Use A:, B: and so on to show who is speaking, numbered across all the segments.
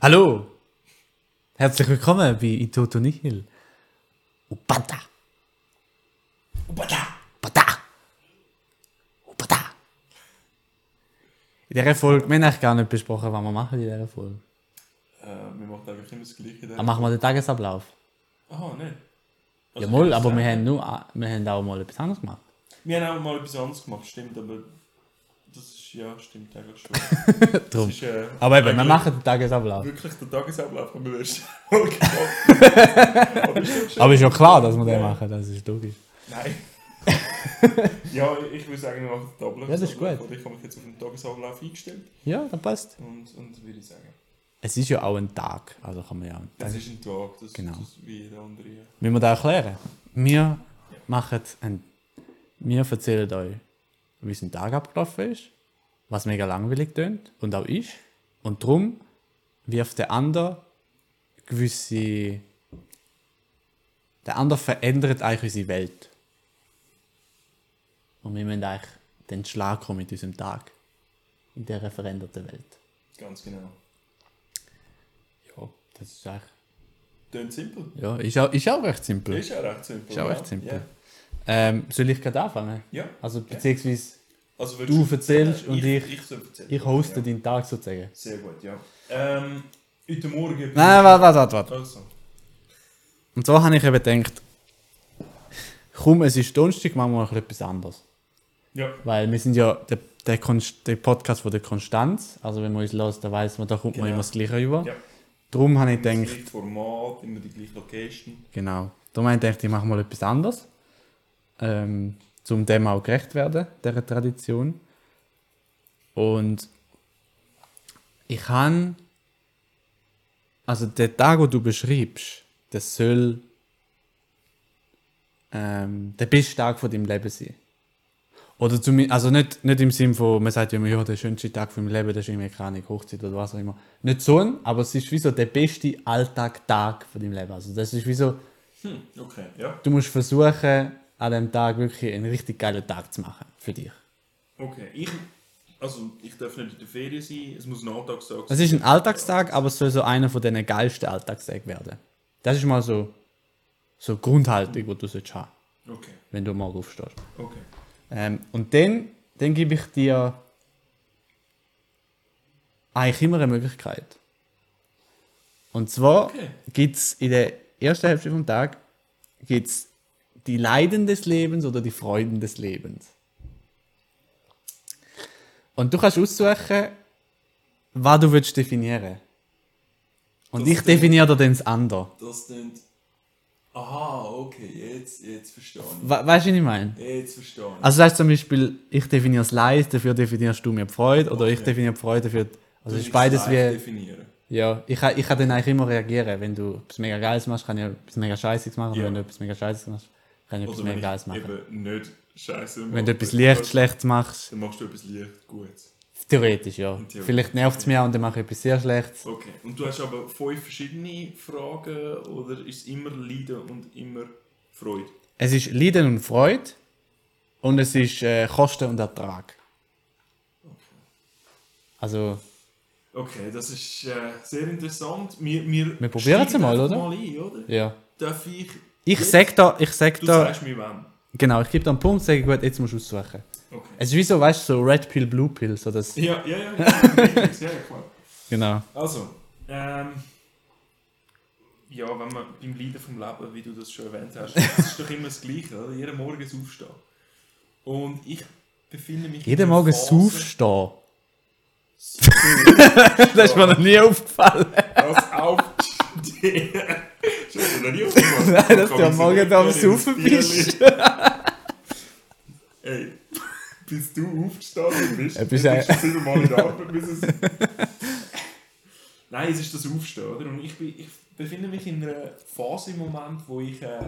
A: Hallo! Herzlich willkommen bei Itoto Nihil. Upata! Upata! Upata! Upata! In dieser Folge, wir haben eigentlich gar nicht besprochen, was wir machen in dieser Folge.
B: Äh, wir machen eigentlich immer das Gleiche.
A: Dann machen wir den Tagesablauf.
B: Aha, nein. Also
A: Jawohl,
B: das
A: aber wir
B: ist-
A: haben, nur, a- wir haben auch mal etwas anderes gemacht.
B: Wir haben auch mal etwas anderes gemacht, stimmt, aber... Das ist, ja, stimmt eigentlich schon. Das
A: Drum.
B: ist, äh,
A: Aber eben, wir
B: eigentlich
A: machen den Tagesablauf.
B: Wirklich der Tagesablauf haben wir erst mal gemacht. aber ist schon schön.
A: Aber ist ja klar, dass wir den machen, das ist logisch.
B: Nein. ja, ich würde sagen, wir machen den Tagesablauf.
A: Ja, das ist gut.
B: Oder ich habe mich jetzt auf den Tagesablauf eingestellt
A: Ja, das passt.
B: und, und würde sagen,
A: Es ist ja auch ein Tag, also kann man ja...
B: das ist ein Tag, das
A: Genau.
B: ist wie jeder andere. ja.
A: Müssen wir das erklären? Wir machen ein, wir erzählen euch, wie es ein Tag abgelaufen ist, was mega langweilig tönt und auch ist. Und darum wirft der andere gewisse. Der andere verändert eigentlich unsere Welt. Und wir müssen eigentlich den Schlag kommen mit unserem Tag. In dieser veränderten Welt.
B: Ganz genau.
A: Ja, das ist eigentlich.
B: Tönt simpel.
A: Ja, ist auch, ist auch recht simpel.
B: Ist auch recht simpel.
A: Ist auch
B: ja.
A: recht simpel.
B: Ja.
A: Ähm, soll ich gerade anfangen?
B: ja.
A: Also beziehungsweise
B: Also
A: du erzählst und
B: ich,
A: ich-
B: ich, soll erzählen.
A: ich hoste
B: ja.
A: deinen Tag sozusagen.
B: Sehr gut, ja. Ähm, heute Morgen.
A: Nein, warte, warte, warte, warte.
B: Also,
A: Und so habe ich eben gedacht, komm, es ist Donnerstag, machen wir noch etwas anderes.
B: ja.
A: Weil wir sind ja der, der, Konst- der Podcast von der Konstanz. Also wenn man uns hört, dann weiß man, da kommt man
B: Genau.
A: immer das Gleiche über.
B: Ja.
A: Darum habe ich
B: Immer das
A: gedacht,
B: gleiche Format, immer die gleiche Location.
A: genau. Darum habe ich gedacht, ich mache mal etwas anderes. Ähm, um dem auch gerecht werden, dieser Tradition. Und ich kann. Also der Tag, den du beschreibst, das soll ähm, der beste Tag von deinem Leben sein. Oder zumindest, also nicht, nicht im Sinn von, man sagt ja immer, ja, der schönste Tag von meinem Leben, das ist irgendwie keine Ahnung, Hochzeit oder was auch immer. Nicht so, ein, aber es ist wie so der beste Alltag-Tag von deinem Leben. Also das ist wie so,
B: Hm, okay, ja.
A: du musst versuchen, an dem Tag wirklich einen richtig geilen Tag zu machen für dich.
B: Okay, ich. Also, ich darf nicht in der Ferien sein, es muss ein Alltagstag sein.
A: Es ist ein Alltagstag, aber es soll so einer von diesen geilsten Alltagstagen werden. Das ist mal so, so die Grundhaltung, die du sollst haben,
B: Okay,
A: wenn du morgen aufstehst.
B: okay.
A: Ähm, und dann, dann gebe ich dir eigentlich immer eine Möglichkeit. Und zwar
B: Okay.
A: gibt es in der ersten Hälfte vom Tag gibt's die Leiden des Lebens oder die Freuden des Lebens. Und du kannst aussuchen, was du willst definieren. Und
B: Das
A: ich
B: stimmt.
A: definiere dir dann das andere.
B: Das sind. Aha, okay, jetzt, jetzt verstehe ich.
A: We weißt du, was ich meine?
B: Jetzt verstehe ich.
A: Also das heißt zum Beispiel, ich definiere das Leid, dafür definierst du mir die Freude, oder ich
B: Okay.
A: definiere die Freude dafür. Also
B: Will
A: es ist
B: ich
A: beides
B: live
A: wie.
B: Definieren.
A: Ja, ich, kann- ich kann dann eigentlich immer reagieren. Wenn du etwas mega Geiles machst, kann ich etwas mega Scheißiges machen.
B: Ja.
A: Wenn du etwas mega Scheißiges machst, kann ich etwas
B: Oder
A: mega
B: wenn
A: Geiles
B: ich
A: machen.
B: eben nicht scheiße mache,
A: Wenn du etwas leicht Schlechtes machst,
B: Dann machst du etwas leicht Gutes.
A: theoretisch ja.
B: Theoretisch.
A: Vielleicht nervt es mich auch und dann mache ich etwas sehr Schlechtes.
B: Okay, und du hast aber fünf verschiedene Fragen oder ist es immer Leiden und immer Freude?
A: Es ist Leiden und Freude und es ist äh, Kosten und Ertrag. Also,
B: Okay, das ist äh, sehr interessant. Wir, wir,
A: Wir probieren's
B: steigen
A: mal, oder?
B: einfach Mal ein, oder?
A: ja.
B: Darf ich.
A: Ich
B: jetzt?
A: sag da, ich sag
B: Du
A: da,
B: sagst mir wann.
A: genau, ich gebe da einen Punkt, sage gut, jetzt musst du aussuchen.
B: Okay.
A: Es ist wie so, weißt du, so Red Pill, Blue Pill, so das.
B: Ja, ja, ja, ja, ja, ja klar.
A: Genau.
B: Also, ähm, ja, wenn man beim Leiden vom Leben, wie du das schon erwähnt hast, das ist doch immer das Gleiche, oder? Jeden Morgen das Aufstehen. Und ich befinde mich. in
A: Jeden
B: einer
A: Morgen
B: Phase-
A: aufstehen.
B: So,
A: Das ist mir noch nie aufgefallen.
B: das Aufstehen. Schon wieder nie aufgemacht.
A: Nein, dass
B: Komm,
A: du
B: ich
A: am Morgen
B: sitze
A: da am
B: hier in
A: Saufen
B: einem Bierli.
A: bist.
B: Ey, bis du aufgestanden bist,
A: Ja,
B: dann
A: bis
B: bist
A: ein-
B: du sieben Mal in der Arbeit. Bis es Nein, es ist das Aufstehen, oder? Und ich, bin, ich befinde mich in einer Phase im Moment, wo ich äh,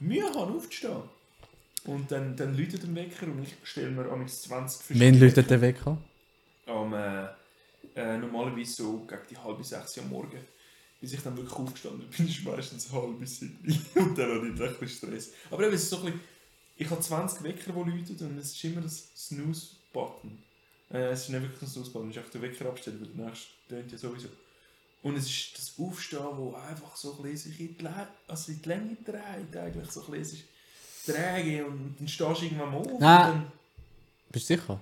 B: Mühe habe, aufzustehen. Und dann, dann läutet der Wecker und ich stelle mir an 20
A: Wen läutet der Wecker?
B: am, äh, äh, normalerweise so gegen die halbe sechs am Morgen. Bis ich dann wirklich aufgestanden bin, ist meistens halb sieben. Und dann hatte ich ein bisschen Stress. Aber eben, es ist so ein bisschen, ich habe 20 Wecker, die läuten und es ist immer das Snooze-Button. Äh, es ist nicht wirklich ein Snooze-Button, es ist einfach der Wecker abstellen, weil der nächste tönt ja sowieso. Und es ist das Aufstehen, wo einfach so ein bisschen sich in die, Lä also in die Länge dreht, eigentlich so ein bisschen sich träge und dann stehst du irgendwann mal auf. und
A: Nein.
B: Dann,
A: Bist du sicher?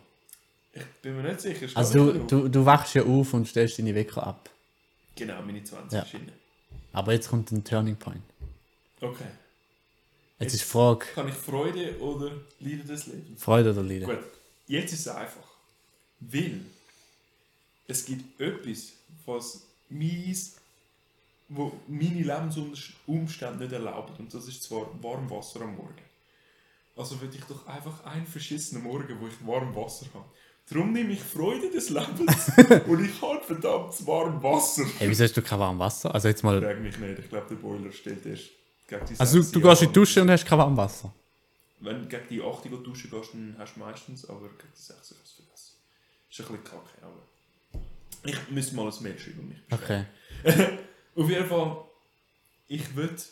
B: ich bin mir nicht sicher. stehe
A: Also
B: ich
A: du,
B: auf?
A: du, du wachst ja auf und stellst deine Wecker ab.
B: Genau, meine 20
A: Ja.
B: ja. Schiene.
A: Aber jetzt kommt ein Turning Point.
B: Okay.
A: Jetzt ist die Frage,
B: Kann ich Freude oder Liebe des Lebens?
A: Freude oder Leiden?
B: Gut, jetzt ist es einfach. Weil es gibt etwas, was mies, wo meine Lebensumstände nicht erlauben. Und das ist zwar warm Wasser am Morgen. Also will ich doch einfach einen verschissenen Morgen, wo ich warm Wasser habe. Darum nehme ich Freude des Lebens und ich habe verdammt warm Wasser.
A: Hey, wieso hast du kein warmes Wasser? Also jetzt mal...
B: Frag mich nicht, ich glaube, der Boiler steht erst gegen die
A: Also
B: sechs
A: du, du gehst in die
B: Jahre.
A: Dusche und hast kein warmes Wasser.
B: Wenn du gegen die 8 Uhr duschen gehst, dann hast du meistens, aber gegen die 6 kannst du es vergessen. Ist ein bisschen kacke, aber. Ich müsste mal ein Mail schreiben und mich beschweren.
A: Okay.
B: Auf jeden Fall, ich würde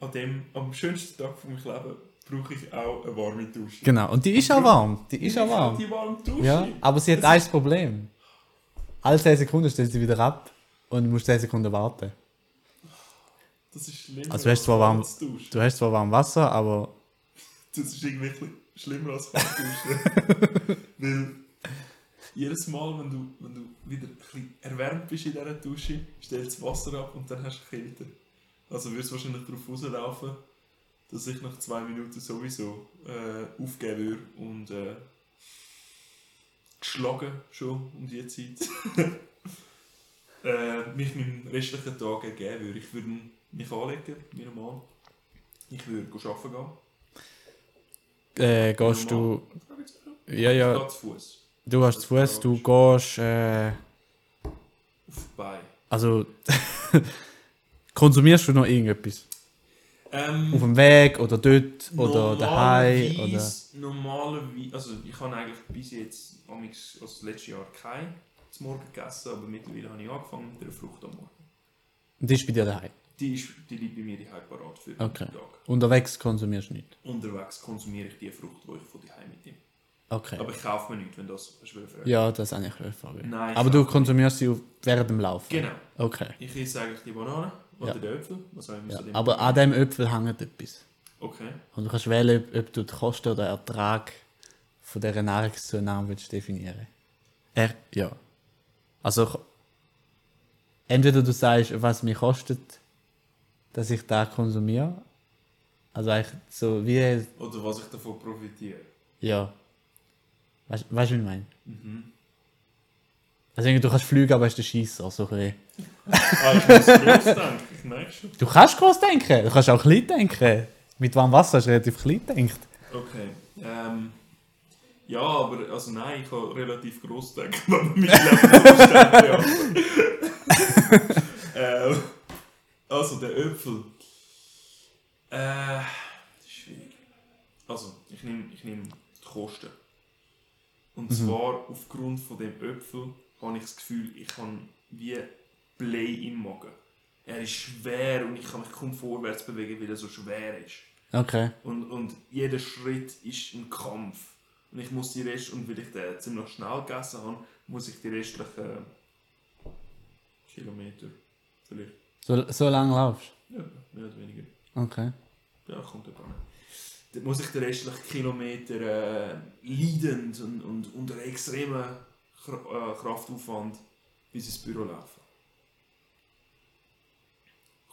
B: an dem, am schönsten Tag von meinem Leben, brauche ich auch eine warme Dusche.
A: Genau. Und die ist auch warm. Die ist auch
B: Ich will
A: warm.
B: Die warme Dusche.
A: Ja, aber sie hat ein Problem. Alle 10 Sekunden stellt sie wieder ab und musst 10 Sekunden warten.
B: Das ist schlimmer
A: Also wärst du zwar warm-
B: als Duschen.
A: Du hast zwar warm Wasser, aber
B: Das ist irgendwie ein bisschen schlimmer als Badduschen. Weil jedes Mal, wenn du, wenn du wieder ein bisschen erwärmt bist in dieser Dusche, stellst du das Wasser ab und dann hast du Kälte. Also wirst du wahrscheinlich darauf rauslaufen, dass ich nach zwei Minuten sowieso äh, aufgeben würde und äh, geschlagen schon um diese Zeit äh, mich meinem restlichen Tag ergeben würde. Ich würde mich anlegen, mir Mann. Ich würde arbeiten gehen.
A: äh, gehst du. Ja,
B: Ja.
A: ja,
B: Geht zu Fuß.
A: du hast zu Fuß, du gehst. Äh,
B: Auf die Beine.
A: also. konsumierst du noch irgendetwas? Auf
B: Ähm,
A: dem Weg oder dort oder daheim? Oder?
B: normalerweise- Normalerweise, also ich habe eigentlich bis jetzt, amigs- also das letzte Jahr kein zum Morgen gegessen, aber mittlerweile habe ich angefangen mit einer Frucht am Morgen.
A: Und ist bei dir daheim.
B: Die, ist, die liegt bei mir die Hype parat für
A: Okay.
B: den Tag.
A: Unterwegs konsumierst du nicht.
B: Unterwegs konsumiere ich die Frucht, die ich von daheim mitnehme.
A: Okay.
B: Aber ich kaufe mir nichts, wenn das hast du wollen fragen.
A: Ja, das ist eigentlich eine Frage.
B: Nein, ich
A: aber du
B: auch
A: konsumierst sie auf- während dem Laufen.
B: Genau.
A: Okay.
B: Ich esse eigentlich die Banane oder
A: Ja.
B: den Äpfel. Was soll ich
A: Ja, Ah,
B: zu dem
A: aber an
B: sagen?
A: dem Äpfel hängt etwas.
B: Okay.
A: Und du kannst wählen, ob, ob du die Kosten oder Ertrag von dieser Nahrungszunahme willst definieren willst. Er, ja. Also, ko- entweder du sagst, was mich kostet, dass ich da konsumiere. Also eigentlich so wie,
B: Oder Oh, was ich davon profitiere.
A: ja. Weißt du, was ich meine? Mhm. Also irgendwie, du kannst fliegen, aber hast den Scheisser. So also ein bisschen.
B: Ah, ich muss groß denken, ich merke schon.
A: du kannst groß denken, du kannst auch klein denken. Mit warmem Wasser hast du relativ klein gedacht.
B: Okay. Ähm, ja, aber also nein, ich habe relativ gross gedacht, aber mit Lebensumständen, ja. ähm, also der Äpfel. Äh, das ist schwierig. Also, ich nehme ich nehm die Kosten. Und zwar aufgrund von dem Äpfel habe ich das Gefühl, ich habe wie Play im Magen. Er ist schwer und ich kann mich kaum vorwärts bewegen, weil er so schwer ist.
A: Okay.
B: Und, und jeder Schritt ist ein Kampf. Und ich muss die Rest, und weil ich den ziemlich schnell gegessen habe, muss ich die restlichen Kilometer vielleicht,
A: So, so lange laufst
B: ja, mehr oder weniger,
A: Okay.
B: ja, kommt ja gar nicht. Dann muss ich die restlichen Kilometer äh, leidend und, und unter extremem Kr- äh, Kraftaufwand bis ins Büro laufen.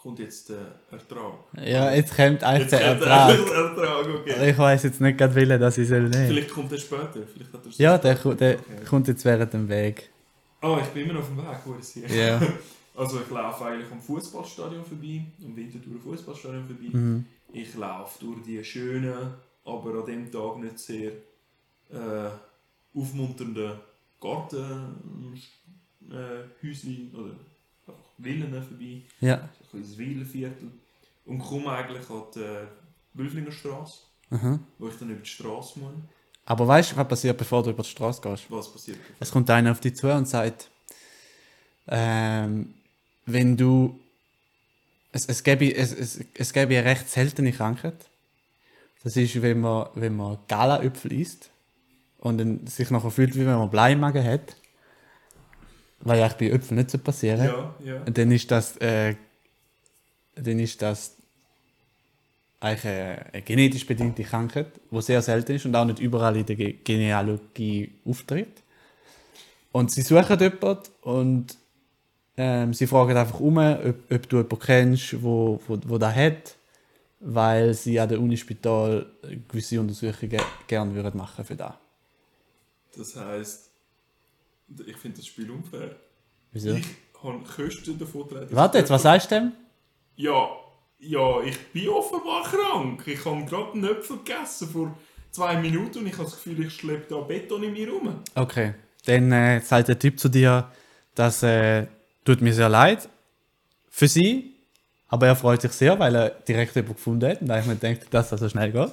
B: Kommt jetzt der Ertrag.
A: Ja, jetzt kommt eigentlich der
B: Ah. kommt
A: Ertrag. Also
B: Der Ertrag, okay.
A: Ich weiß jetzt nicht gerade, will, dass ich soll nehmen
B: Vielleicht kommt er später. Vielleicht hat er es
A: Ja, der, ko- der
B: Okay.
A: kommt jetzt während dem Weg.
B: Ah, ich bin immer noch auf dem Weg, wo ich hier.
A: Ja.
B: Also ich laufe eigentlich am Fußballstadion vorbei, am Winterthur Fußballstadion vorbei.
A: Mhm.
B: Ich laufe durch die schönen, aber an dem Tag nicht sehr äh, aufmunternden Garten, äh, Häuschen oder einfach Villen vorbei,
A: Ja.
B: so ein kleines Villenviertel und komme eigentlich an die Wülflinger Straße,
A: Mhm.
B: wo ich dann über die Straße muss.
A: Aber weißt du, was passiert, bevor du über die Straße gehst?
B: Was passiert?
A: Es kommt einer auf dich zu und sagt, ähm, wenn du. Es, es, gäbe, es, es, es gäbe eine recht seltene Krankheit. Das ist, wenn man, wenn man Galaöpfel isst und dann sich nachher fühlt, wie wenn man Bleimagen hat. weil ja bei Äpfeln nicht so passieren.
B: Ja, ja.
A: Und dann ist das, äh, dann ist das eigentlich eine, eine genetisch bedingte Krankheit, die sehr selten ist und auch nicht überall in der Ge Genealogie auftritt. Und sie suchen jemanden und ähm, sie fragen einfach um, ob, ob du jemanden kennst, wo, wo, wo das hat, weil sie an der Unispital gewisse Untersuchungen gerne würden machen für das.
B: Das heisst, ich finde das Spiel unfair.
A: Wieso?
B: Ich habe Kosten davon getragen.
A: Warte jetzt, was sagst du dem?
B: Ja, ja, ich bin offenbar krank. Ich habe gerade einen Apfel gegessen vor zwei Minuten und ich habe das Gefühl, ich schleppe da Beton in mir rum.
A: Okay, dann äh, sagt der Typ zu dir, das äh, tut mir sehr leid für sie, aber er freut sich sehr, weil er direkt jemanden gefunden hat und eigentlich man denkt, dass das so schnell geht.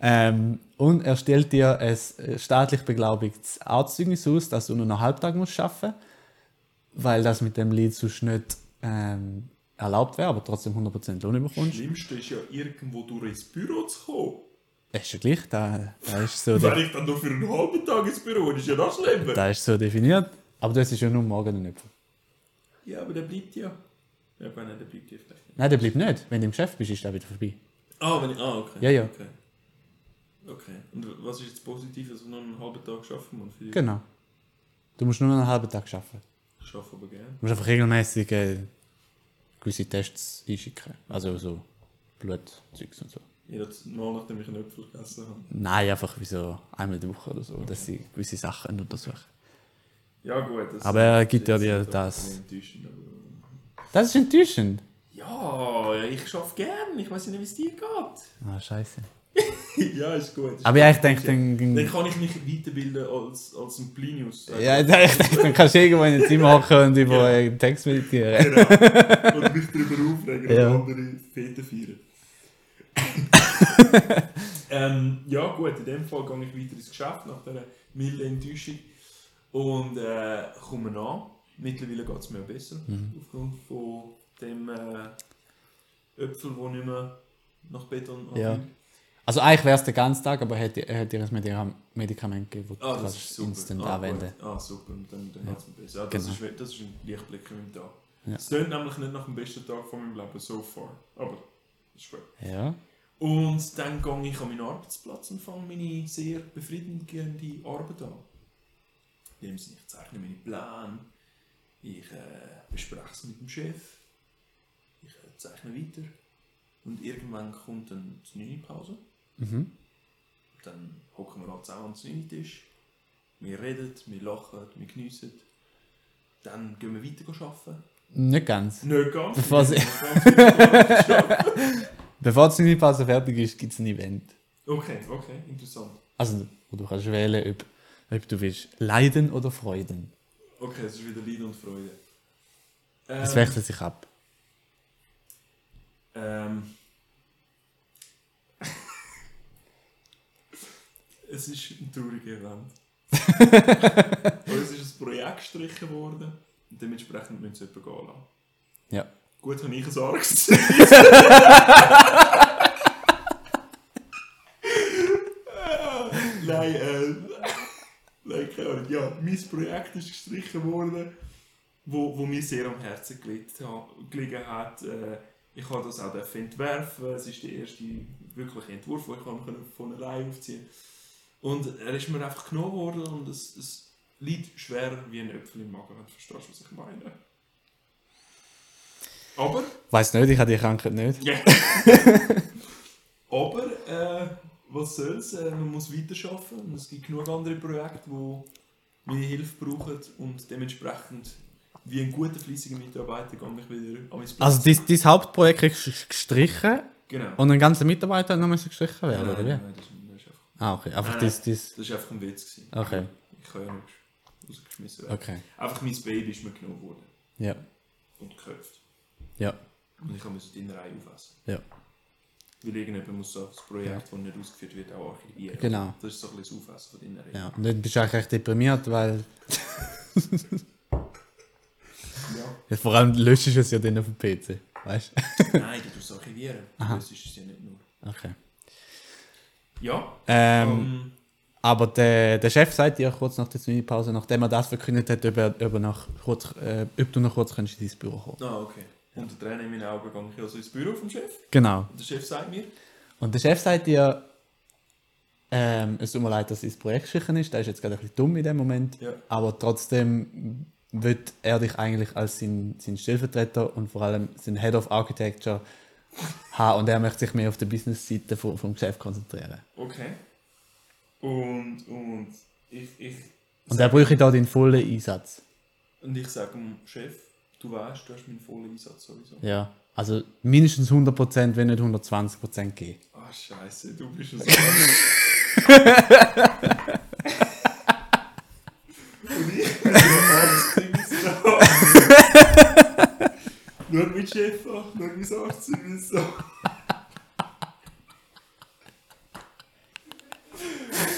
A: Ähm, und er stellt dir ein äh, staatlich beglaubigtes Arztzeugnis aus, dass du nur noch halbtag musst schaffen, weil das mit dem Lied sonst nicht ähm, erlaubt wäre, aber trotzdem 100% Lohn
B: Das
A: bekommst.
B: Schlimmste ist ja, irgendwo durch ins Büro zu kommen.
A: Das ist ja gleich, da, da ist so der
B: Wenn ich dann nur für einen halben Tag ins Büro ist ja das Leben.
A: Da ist so definiert. Aber das ist ja nur morgen ein Äpfel.
B: Ja, aber der bleibt ja. Ja, aber nein, der bleibt ja vielleicht nicht.
A: Nein, der bleibt nicht. Wenn du im Geschäft bist, ist der wieder vorbei.
B: Ah, wenn ich, ah okay.
A: Ja, ja.
B: Okay. okay. Und was ist jetzt positiv, dass man noch einen halben Tag arbeiten muss? Für
A: Genau. Du musst nur noch einen halben Tag arbeiten.
B: Ich arbeite aber gerne.
A: Du musst einfach regelmäßig äh, gewisse Tests einschicken. Also so Blutzeugs und so.
B: Ja, das- mal nachdem ich einen Apfel gegessen habe.
A: Nein, einfach wie so einmal die Woche oder so, dass sie gewisse Sachen untersuchen.
B: Ja, gut. Das
A: Aber er gibt ja
B: das ist
A: dir
B: jetzt
A: das.
B: ein bisschen enttäuschend, aber-
A: Das ist enttäuschend.
B: Ja, ich arbeite gerne. Ich weiß nicht, wie es dir geht.
A: Ah, scheiße.
B: ja, ist gut. Ist
A: Aber ja, ich denke, dann,
B: Dann
A: dann,
B: kann ich mich weiterbilden als, als ein Plinius. sag ich.
A: ja, ich denke, dann kannst du irgendwo in ein Zimmer hocken und über einen Text meditieren.
B: Genau. Und mich darüber aufregen
A: Ja.
B: und andere Fäden feiern. ähm, ja, gut, in dem Fall gehe ich weiter ins Geschäft nach dieser milden Enttäuschung und äh, komme an. Mittlerweile geht es mir besser
A: Mhm.
B: aufgrund von dem äh, Äpfel, der nicht mehr nach Beton
A: Ja.
B: anliegt.
A: Also eigentlich wäre es den ganzen Tag, aber hätte hätte ihr ein Medika- Medikament gegeben, das
B: Ah,
A: du
B: das
A: kannst
B: ist super.
A: instant
B: ah,
A: anwenden
B: Gut. Ah, super, und dann, dann geht es mir besser. Ah, das,
A: Genau.
B: ist, das ist ein Lichtblick in meinem Tag.
A: Ja.
B: Es tönt nämlich nicht nach dem besten Tag von meinem Leben so far. Aber ist gut.
A: Ja.
B: Und dann gehe ich an meinen Arbeitsplatz und fange meine sehr befriedigende Arbeit an. In dem Sinne, ich zeichne meine Pläne, ich äh, bespreche es mit dem Chef, ich äh, zeichne weiter. Und irgendwann kommt dann die 9 Uhr Pause.
A: Mhm.
B: Dann hocken wir alle zusammen am 9 Uhr Tisch. Wir reden, wir lachen, wir geniessen. Dann gehen wir weiter arbeiten.
A: Nicht ganz.
B: Nicht ganz.
A: Bevor sie-
B: Nicht ganz, nicht ganz, nicht ganz.
A: Bevor die Cinephase fertig ist, gibt es ein Event.
B: Okay, okay, interessant.
A: Also, wo du kannst wählen, ob, ob du willst leiden oder freuden.
B: Okay, es ist wieder Leiden und Freude.
A: Es
B: Ähm,
A: wechselt sich ab.
B: Ähm. es ist ein trauriger Event. Aber es ist ein Projekt gestrichen worden und dementsprechend müssen sie jemanden gehen lassen.
A: Ja.
B: Gut, habe ich ein Arx. Nein, äh, nein, keine Ahnung. Ja, mein Projekt ist gestrichen worden, wo, wo mir sehr am Herzen gelegt ha- gelegen hat. Äh, ich habe das auch dürfen entwerfen. Es ist der erste wirkliche Entwurf, den ich habe können von allein aufziehen Und er ist mir einfach genommen worden und es, es liegt schwer wie ein Äpfel im Magen, wenn du verstehst, was ich meine. Aber
A: Weiß nicht, ich habe die Krankheit nicht.
B: ja. Aber äh, was soll's, äh, man muss weiterarbeiten und es gibt genug andere Projekte, die meine Hilfe brauchen und dementsprechend wie ein guter, fleissiger Mitarbeiter gehe ich wieder an mein Platz.
A: Also, dein, dein Hauptprojekt ist gestrichen
B: genau.
A: und ein ganzer Mitarbeiter hat noch müssen gestrichen werden,
B: nein,
A: oder
B: nein,
A: wie?
B: nein, das, ist- das, ist einfach,
A: Ah, okay. Einfach
B: Nein,
A: dein, dein...
B: das ist einfach ein Witz. Gewesen.
A: Okay,
B: Ich kann ja nicht rausgeschmissen werden.
A: okay.
B: Einfach mein Baby ist mir genommen worden
A: Ja,
B: und geköpft.
A: ja,
B: Und ich musste in der Reihe aufessen.
A: ja.
B: Weil irgendjemand muss so das Projekt, das nicht ausgeführt wird, auch archivieren.
A: Genau.
B: Das ist so ein bisschen das Aufessen von deiner Reihe.
A: ja. Und dann bist du eigentlich recht deprimiert, weil...
B: Ja.
A: Ja, vor allem löschst du es ja dann auf dem PC. Weißt du?
B: Nein, du tust es archivieren. Das ist es ja nicht nur.
A: Okay.
B: Ja,
A: Ähm,
B: ähm,
A: Aber der, der Chef sagt dir kurz nach der Zwiebelpause, nachdem er das verkündet hat, ob, er, ob, er noch kurz, äh, ob du noch kurz kannst in dein Büro kommen
B: Ah, okay. Unter Tränen in meinen Augen gehe ich also ins Büro vom Chef.
A: Genau.
B: Und der Chef sagt mir,
A: Und der Chef sagt dir, ähm, es tut mir leid, dass sein Projekt geschichen ist, der ist jetzt gerade ein bisschen dumm in dem Moment,
B: Ja.
A: aber trotzdem wird er dich eigentlich als sein, sein Stellvertreter und vor allem sein Head of Architecture haben und er möchte sich mehr auf die Business-Seite vom, vom Geschäft konzentrieren.
B: okay. Und, und ich, ich,
A: Und er bräuchte da den vollen Einsatz.
B: und ich sage dem Chef, du weißt, du hast meinen vollen Einsatz sowieso.
A: Ja. Also mindestens 100%, wenn nicht 120% gehen.
B: Ah, scheiße, du bist ein Sau. Und ich bin ein Ding Nur mein Chef an, nur mein Arzt in mein Sau.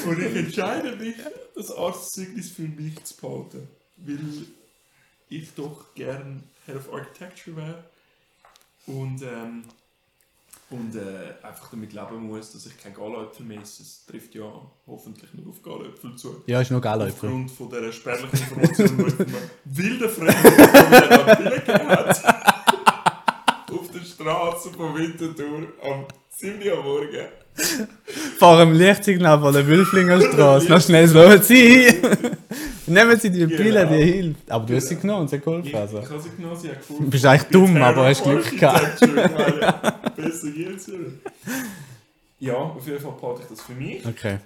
B: Und ich entscheide mich, das Arztzeugnis für mich zu behalten. Weil ich doch gern Head of Architecture wäre. Und ähm, und äh, einfach damit leben muss, dass ich kein Galöpfel mehr esse. Es trifft ja hoffentlich nur auf Galöpfel zu.
A: Ja, ist noch geil, Leute.
B: Aufgrund von dieser spärlichen Information, die ich von einem wilden Fremden gegeben hat. auf der Straße von Winterthur am 7. Uhr am Morgen.
A: Vor dem Lichtsignal von der Wülflinger Straße noch schnell so ziehen. Nehmen Sie die Pille, die hilft. Aber du hast sie genommen und sie hat
B: Ich, ich
A: geholfen. Also.
B: habe sie genommen, sie hat
A: Du
B: gefunden.
A: bist eigentlich dumm, aber hast Glück gehabt.
B: gehabt. Besser geht's ja. nicht. Ja, auf jeden Fall behalte ich das für mich.
A: Okay.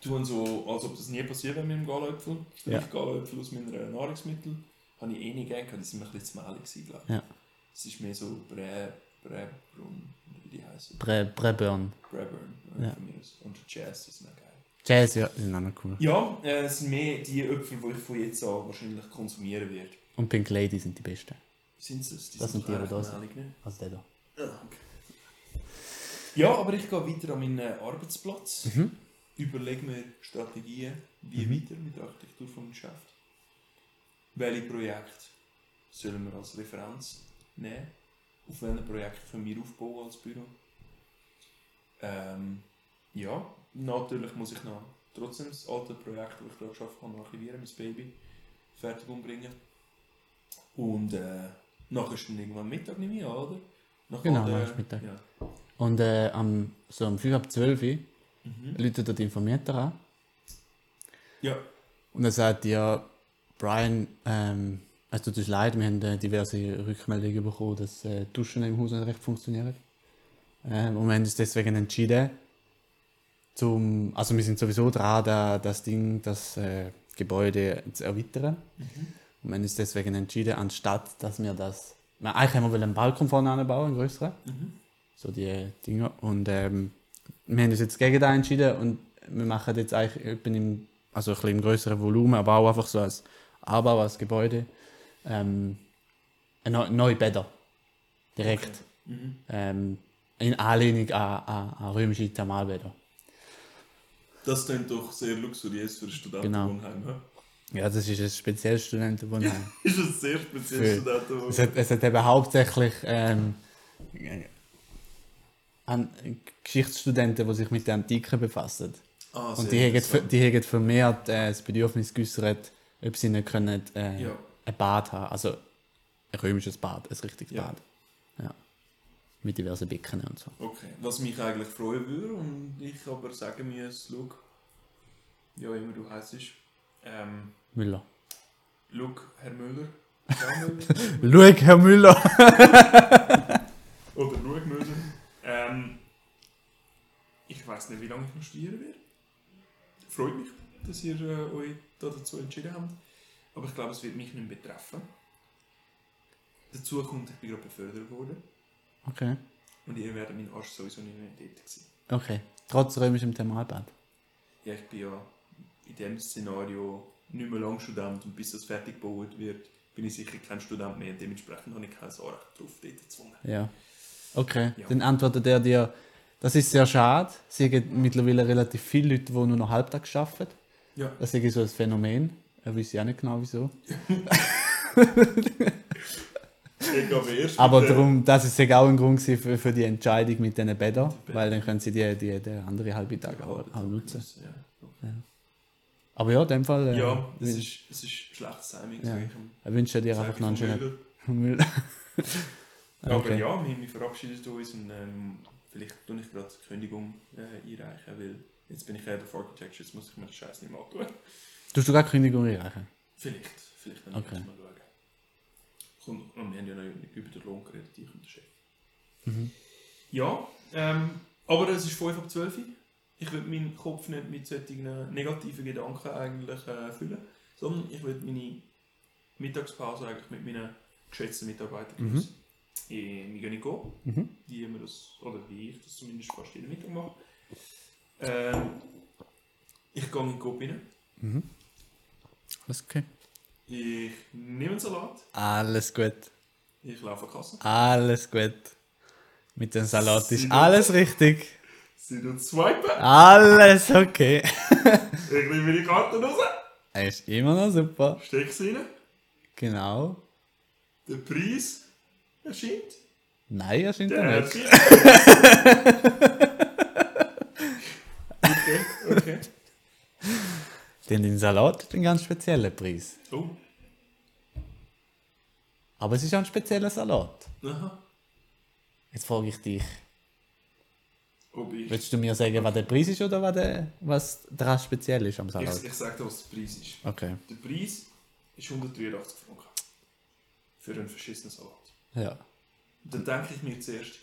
B: tun so, als ob das nie passiert wäre mit dem Galöpfel. Sprich,
A: Ja.
B: Galöpfel aus meiner Nahrungsmittel habe ich eh nicht gern gehabt. Die sind mir ein bisschen zu mehlig gewesen, glaube ich.
A: Ja.
B: Es ist mehr so Brä, Bräbrunn, oder wie die heißen.
A: Bre Breburn.
B: Bräburn,
A: Ja.
B: ja. von mir aus. Und Jazz, die sind auch geil.
A: Jazz, ja, sind auch noch cool.
B: Ja, äh, es sind mehr die Äpfel, die ich von jetzt an wahrscheinlich konsumieren werde.
A: Und Pink Lady sind die besten.
B: Sind es? Die
A: Das sind die,
B: doch
A: die da
B: recht
A: sind.
B: mehlig, ne?
A: Also der da.
B: Ah, okay. Ja, aber ich gehe weiter an meinen Arbeitsplatz,
A: Mhm.
B: überlege mir Strategien, wie weiter mit der Architektur vom Geschäft. Welche Projekte sollen wir als Referenz nehmen? Auf welchen Projekten können wir aufbauen als Büro? Ähm, ja, natürlich muss ich noch trotzdem das alte Projekt, das ich gerade geschafft habe, archivieren, mein Baby, fertig umbringen. Und äh, nachher ist dann irgendwann Mittag, nehme ich an, oder? Nach
A: Genau,
B: all der-
A: nachher ist Mittag.
B: Ja.
A: Und äh, am, so um 5 ab 12 Uhr
B: Mhm.
A: läutet er den Vermieter an.
B: ja,
A: Und er sagt ja, Brian, ähm, es tut uns leid, wir haben äh, diverse Rückmeldungen bekommen, dass äh, die Duschen im Haus nicht recht funktionieren. Ähm, und wir haben uns deswegen entschieden, zum, also wir sind sowieso dran, da, das Ding, das äh, Gebäude zu erweitern. Und wir haben uns deswegen entschieden, anstatt, dass wir das, wir, eigentlich haben wir einen Balkon vorne anbauen, einen größeren, so die Dinger. Und ähm, wir haben uns jetzt gegen das entschieden und wir machen jetzt eigentlich etwa im, also ein bisschen im größeren Volumen, aber auch einfach so als Anbau, als Gebäude, ähm, neue, neue Bäder. Direkt.
B: Mhm.
A: Ähm, in Anlehnung an, an, an römische Thermalbäder.
B: das klingt doch sehr luxuriös für ein Studentenwohnheim. Genau.
A: Ja, das ist ein spezielles Studentenwohnheim.
B: Ist ein sehr spezielles
A: Für- Es
B: Studentenwohnheim.
A: hat, es hat eben hauptsächlich ähm, äh, an Geschichtsstudenten, die sich mit der Antike befassen.
B: Ah, sehr
A: Und die haben, ver-
B: interessant.
A: die haben vermehrt äh, das Bedürfnis geäußert, ob sie nicht können, äh,
B: Ja.
A: ein Bad haben Also ein römisches Bad, ein richtiges
B: Ja.
A: Bad. Ja. Mit diversen Becken und so.
B: Okay, was mich eigentlich freuen würde und ich aber sagen muss, Luke, wie auch immer du heisst, ähm,
A: Müller.
B: Luke, Herr Müller, Frau Müller
A: Schau, Herr Müller!
B: oder Luke Müller, ähm, ich weiß nicht, wie lange ich noch studieren werde. Freut mich, dass ihr äh, euch da dazu entschieden habt, aber ich glaube, es wird mich nicht mehr betreffen. Dazu kommt, ich bin gerade befördert worden
A: Okay.
B: und ihr werdet meinen Arsch sowieso nicht mehr dort sehen.
A: Okay. Trotz römischem Thermalbad.
B: Ja, ich bin ja in diesem Szenario nicht mehr lang Student und bis das fertig gebaut wird, bin ich sicher kein Student mehr. Dementsprechend habe ich kein Anrecht drauf, dort zu wohnen.
A: Ja. Okay.
B: Ja.
A: Dann antwortet er dir, das ist sehr schade. Sie haben mittlerweile relativ viele Leute, die nur noch halbtags arbeiten.
B: Ja.
A: Das ist so ein Phänomen. Er weiß ja nicht genau wieso.
B: Ich aber erst
A: Aber
B: mit der-
A: darum, das ist ja auch ein Grund gewesen für, für die Entscheidung mit diesen Bädern, weil dann können sie die, die, den anderen halben Tag auch, auch nutzen.
B: Ja.
A: Ja. Aber ja, in dem Fall. Äh,
B: Ja, das
A: wün-
B: ist, das ist schlechtes Timing.
A: Ja.
B: sag ich ihm.
A: ich wünsche dir
B: Sag
A: einfach
B: ich
A: noch einen
B: vom
A: schönen
B: Müller.
A: Müll.
B: Aber
A: Okay.
B: ja, wir, wir verabschieden uns und ähm, vielleicht tue ich gerade die Kündigung äh, einreichen, weil jetzt bin ich eben vorgecheckt, jetzt muss ich mir den Scheiß nicht mehr antun.
A: Tust du gar Kündigung einreichen?
B: Vielleicht, vielleicht dann
A: Okay.
B: okay. mal schauen. Kommt, und wir haben ja noch nicht über den Lohn geredet, ich und der Chef.
A: Mhm.
B: Ja, ähm, aber es ist 5 ab 12 Uhr. Ich will meinen Kopf nicht mit solchen negativen Gedanken eigentlich äh, füllen, sondern ich will meine Mittagspause eigentlich mit meinen geschätzten Mitarbeitern
A: Mhm.
B: genießen. Äh, Wir gehen go,
A: Mhm.
B: die mir das, oder wie ich das zumindest fast jeden Mittag mache. Ähm, ich gehe in den Coop rein,
A: Alles okay.
B: ich nehme einen Salat,
A: Alles gut.
B: Ich laufe an die Kasse.
A: Alles gut. Mit dem Salat ist
B: Super.
A: alles richtig.
B: Sie tut swipen.
A: Alles okay.
B: Ich nehme meine Karte raus.
A: Er ist immer noch super.
B: Steck sie rein.
A: Genau.
B: Der Preis erscheint.
A: Nein, er ist
B: Der
A: Internet.
B: erscheint. okay, okay.
A: Denn den Salat hat einen ganz speziellen Preis.
B: Oh,
A: Aber es ist auch ein spezieller Salat.
B: aha.
A: Jetzt frage ich dich,
B: Ob ich...
A: willst du mir sagen, was der Preis ist oder was, der, was daran speziell ist am
B: Ich,
A: Salat?
B: ich sage dir, was der Preis ist.
A: Okay.
B: Der Preis ist 183 Franken. Für einen verschissenen Salat.
A: Ja.
B: Dann denke ich mir zuerst,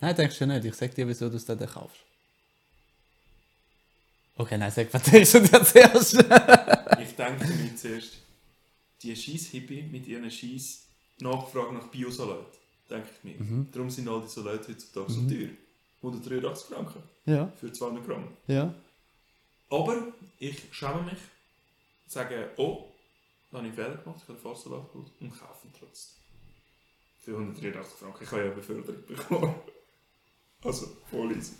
A: Nein, denkst du nicht. Ich sag dir, wieso du es dann kaufst. Okay, nein, sag, was denkst du dir zuerst?
B: ich denke mir zuerst, die scheiß Hippie mit ihren scheiß Nachfrage nach Biosalat, denke ich mir. Darum sind all die Salate heutzutage so teuer. 183 Franken
A: ja,
B: für 200 Gramm.
A: ja.
B: Aber ich schäme mich, sage, oh, da habe ich einen Fehler gemacht, ich habe einen Fasssalat geholt und kaufe ihn trotzdem. Für 183 Franken. Ich habe ja Beförderung bekommen. Also, voll easy.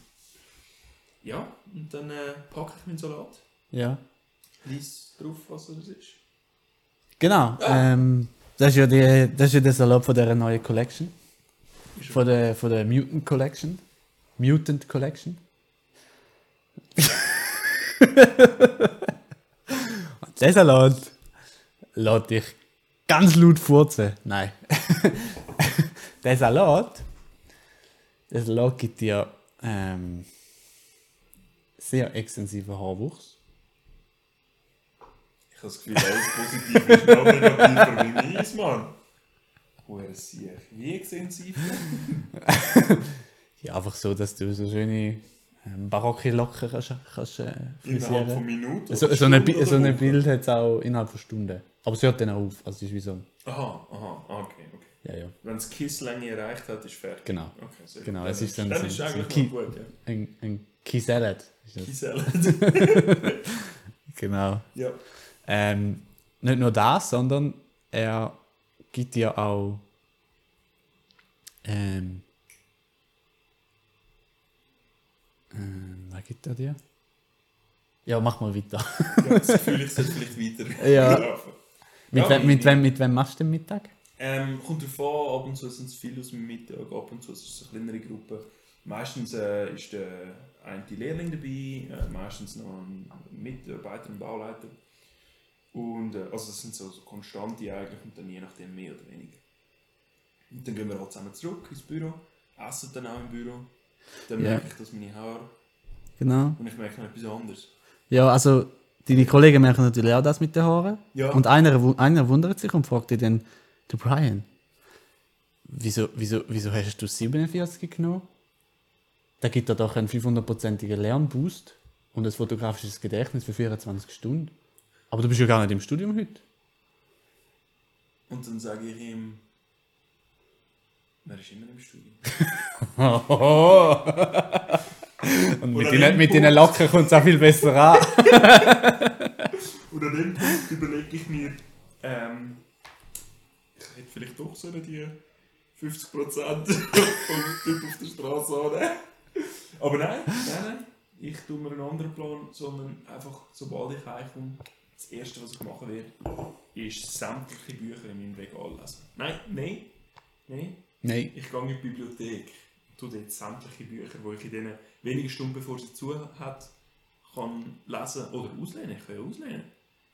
B: Ja, und dann äh, packe ich meinen Salat,
A: Ja.
B: lies drauf, was das ist.
A: Genau. Ähm, das, ist ja die, das ist ja der Salat von dieser neuen Collection.
B: Ist
A: Von der, von der Mutant Collection. Mutant Collection. Und der Salat lässt dich ganz laut furzen. Nein. der Salat, der Salat gibt dir ähm, sehr extensiven Haarwuchs.
B: Ich habe das Gefühl, alles positiv ist noch negativ für meinen Eis, Mann. Woher sehe ich? Wie extensiv?
A: Ja, einfach so, dass du so schöne ähm, barocke Locken kannst, kannst äh,
B: Innerhalb von
A: frisieren.
B: Minuten?
A: So,
B: oder
A: so, eine,
B: Stunden
A: Bi- so
B: oder
A: eine
B: Wochen?
A: Bild hat es auch innerhalb von Stunden. Aber es hört dann auch auf. Also es ist wie so, ein-
B: Aha, aha, ah, okay, okay.
A: ja, ja,
B: Wenn es Kisslänge erreicht hat, ist fertig.
A: genau.
B: Okay, sehr
A: Genau,
B: gut.
A: es ist dann
B: Dann
A: so-
B: ist
A: so ein
B: eigentlich
A: Ki-
B: noch gut, ja.
A: Ein, ein Key-Salad. ist das.
B: Kisselat.
A: Genau.
B: ja.
A: Ähm, nicht nur das, sondern er gibt dir auch ähm, ähm, was gibt er dir? Ja, mach mal weiter.
B: Ich habe das Gefühl, ich sollte vielleicht weiter
A: Ja.
B: laufen.
A: mit,
B: Ja,
A: wem, mit,
B: ich-
A: wem, mit wem machst du den Mittag?
B: Ähm, kommt drauf an, ab und zu sind es viele aus dem Mittag, ab und zu ist es eine kleinere Gruppe. Meistens äh, ist der eine Lehrling dabei, äh, meistens noch ein Mitarbeiter, ein Bauleiter. Und, äh, also das sind so, so konstante eigentlich und dann je nachdem mehr oder weniger. Und dann gehen wir halt zusammen zurück ins Büro, essen dann auch im Büro. Dann
A: Ja.
B: merke ich, dass meine Haare
A: Genau.
B: und ich merke noch etwas anderes.
A: Ja, also deine Kollegen merken natürlich auch das mit den Haaren.
B: Ja.
A: Und einer, wu- einer wundert sich und fragt dich dann, du Brian, wieso, wieso, wieso hast du 47 genommen? Da gibt dir doch einen 500-prozentigen Lernboost und ein fotografisches Gedächtnis für 24 Stunden. Aber du bist ja gar nicht im Studium heute.
B: Und dann sage ich ihm, man ist immer im Studium.
A: und mit
B: Oder
A: deinen, mit
B: Lernboost.
A: deinen Locken kommt es auch viel besser an.
B: Und an dem Punkt überlege ich mir, ähm, ich hätte vielleicht doch so die 50% vom Typ auf der Straße annehmen. Aber nein, nein, nein. Ich tue mir einen anderen Plan, sondern einfach, sobald ich heimkomme, das Erste, was ich machen werde, ist sämtliche Bücher in meinem Regal lesen. Nein, nein, nein.
A: Nein.
B: Ich gehe in die Bibliothek, tue dort sämtliche Bücher, die ich in diesen wenigen Stunden, bevor sie zu hat, kann lesen oder auslehnen. Ich kann ja auslehnen.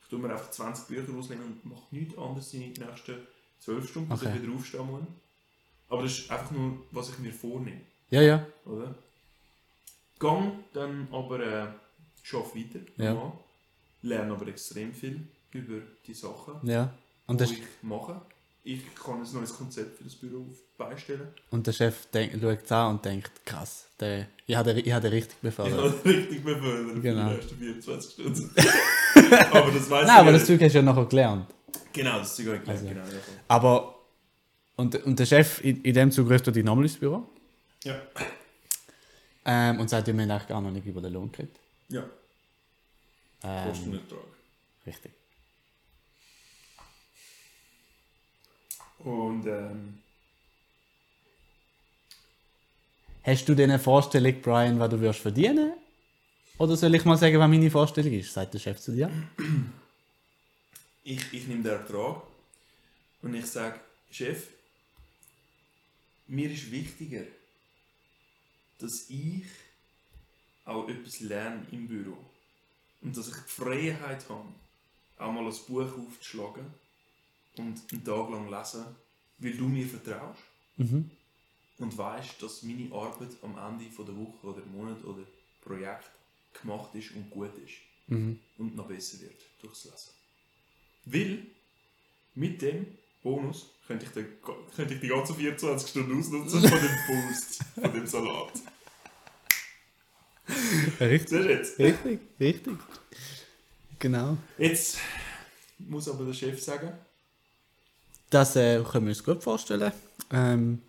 B: Ich tue mir einfach 20 Bücher auslehnen und mache nichts anderes in den nächsten 12 Stunden, bis
A: Okay.
B: ich wieder aufstehen muss. Aber das ist einfach nur, was ich mir vornehme,
A: Ja, ja.
B: oder? Gang dann aber äh, schaff weiter,
A: Ja.
B: normal. lerne aber extrem viel über die Sachen,
A: ja. Und
B: die
A: der,
B: ich mache. Ich kann ein neues Konzept für das Büro beistellen.
A: und der Chef denk, schaut es an und denkt, krass, der, ich habe den, ich habe den richtig
B: Ich
A: befördert.
B: habe richtig befördert
A: Also- Genau.
B: für die ersten 24 Stunden. aber das weiß
A: Nein, aber das Zeug hast du ja nachher gelernt.
B: Genau, das Zeug habe ich gelernt,
A: Also.
B: genau. ja, voll.
A: Aber, und, und der Chef, in, in dem Zug ruft er dich nochmal ins Büro
B: Ja.
A: ähm, und sagt, wir haben eigentlich gar noch nicht über den Lohn geredet.
B: Ja,
A: Ähm,
B: Kostenertrag.
A: richtig.
B: Und ähm,
A: Hast du denn eine Vorstellung, Brian, was du wirst verdienen? Oder soll ich mal sagen, was meine Vorstellung ist? Sagt der Chef zu dir.
B: ich, ich nehme den Ertrag und ich sage, Chef, mir ist wichtiger, dass ich auch etwas lerne im Büro. Und dass ich die Freiheit habe, auch mal ein Buch aufzuschlagen und einen Tag lang lesen, weil du mir vertraust.
A: Mhm.
B: und weißt, dass meine Arbeit am Ende von der Woche oder Monat oder Projekt gemacht ist und gut ist
A: Mhm.
B: und noch besser wird durchs Lesen. Weil mit dem Bonus könnte ich, den, ga- könnte ich die ganzen 24 Stunden ausnutzen von dem Boost, von dem Salat.
A: Richtig.
B: Siehst du jetzt?
A: Richtig, richtig. Genau.
B: Jetzt muss aber der Chef sagen,
A: Das äh, können wir uns gut vorstellen. Ähm,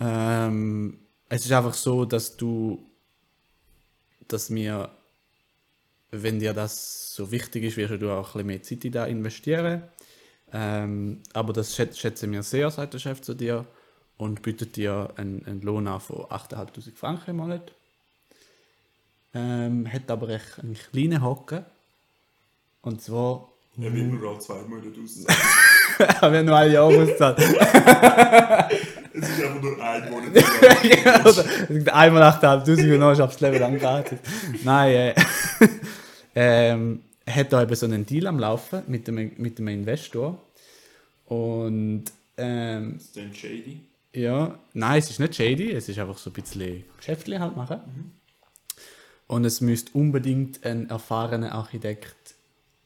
A: ähm, es ist einfach so, dass du, dass mir, wenn dir das so wichtig ist, wirst du auch ein bisschen mehr Zeit in da investieren. Ähm, aber das schät schätzen wir sehr, sagt der Chef zu dir und bietet dir einen, einen Lohn an von 8.500 Franken im Monat. Ähm, hat aber echt einen kleinen Haken. Und zwar
B: er will nur alle zwei Monate auszahlen.
A: haben wir nur ein Jahr ausgezahlt.
B: Es ist einfach nur ein Monat.
A: Einmal 8500 und dann schaffst du das Leben lang gratis. Nein, äh, ähm, hat da eben so einen Deal am Laufen mit dem, mit dem Investor. Und ähm,
B: Das klingt shady.
A: ja, nein, es ist nicht shady, es ist einfach so ein bisschen geschäftlich halt machen. Und es müsste unbedingt ein erfahrener Architekt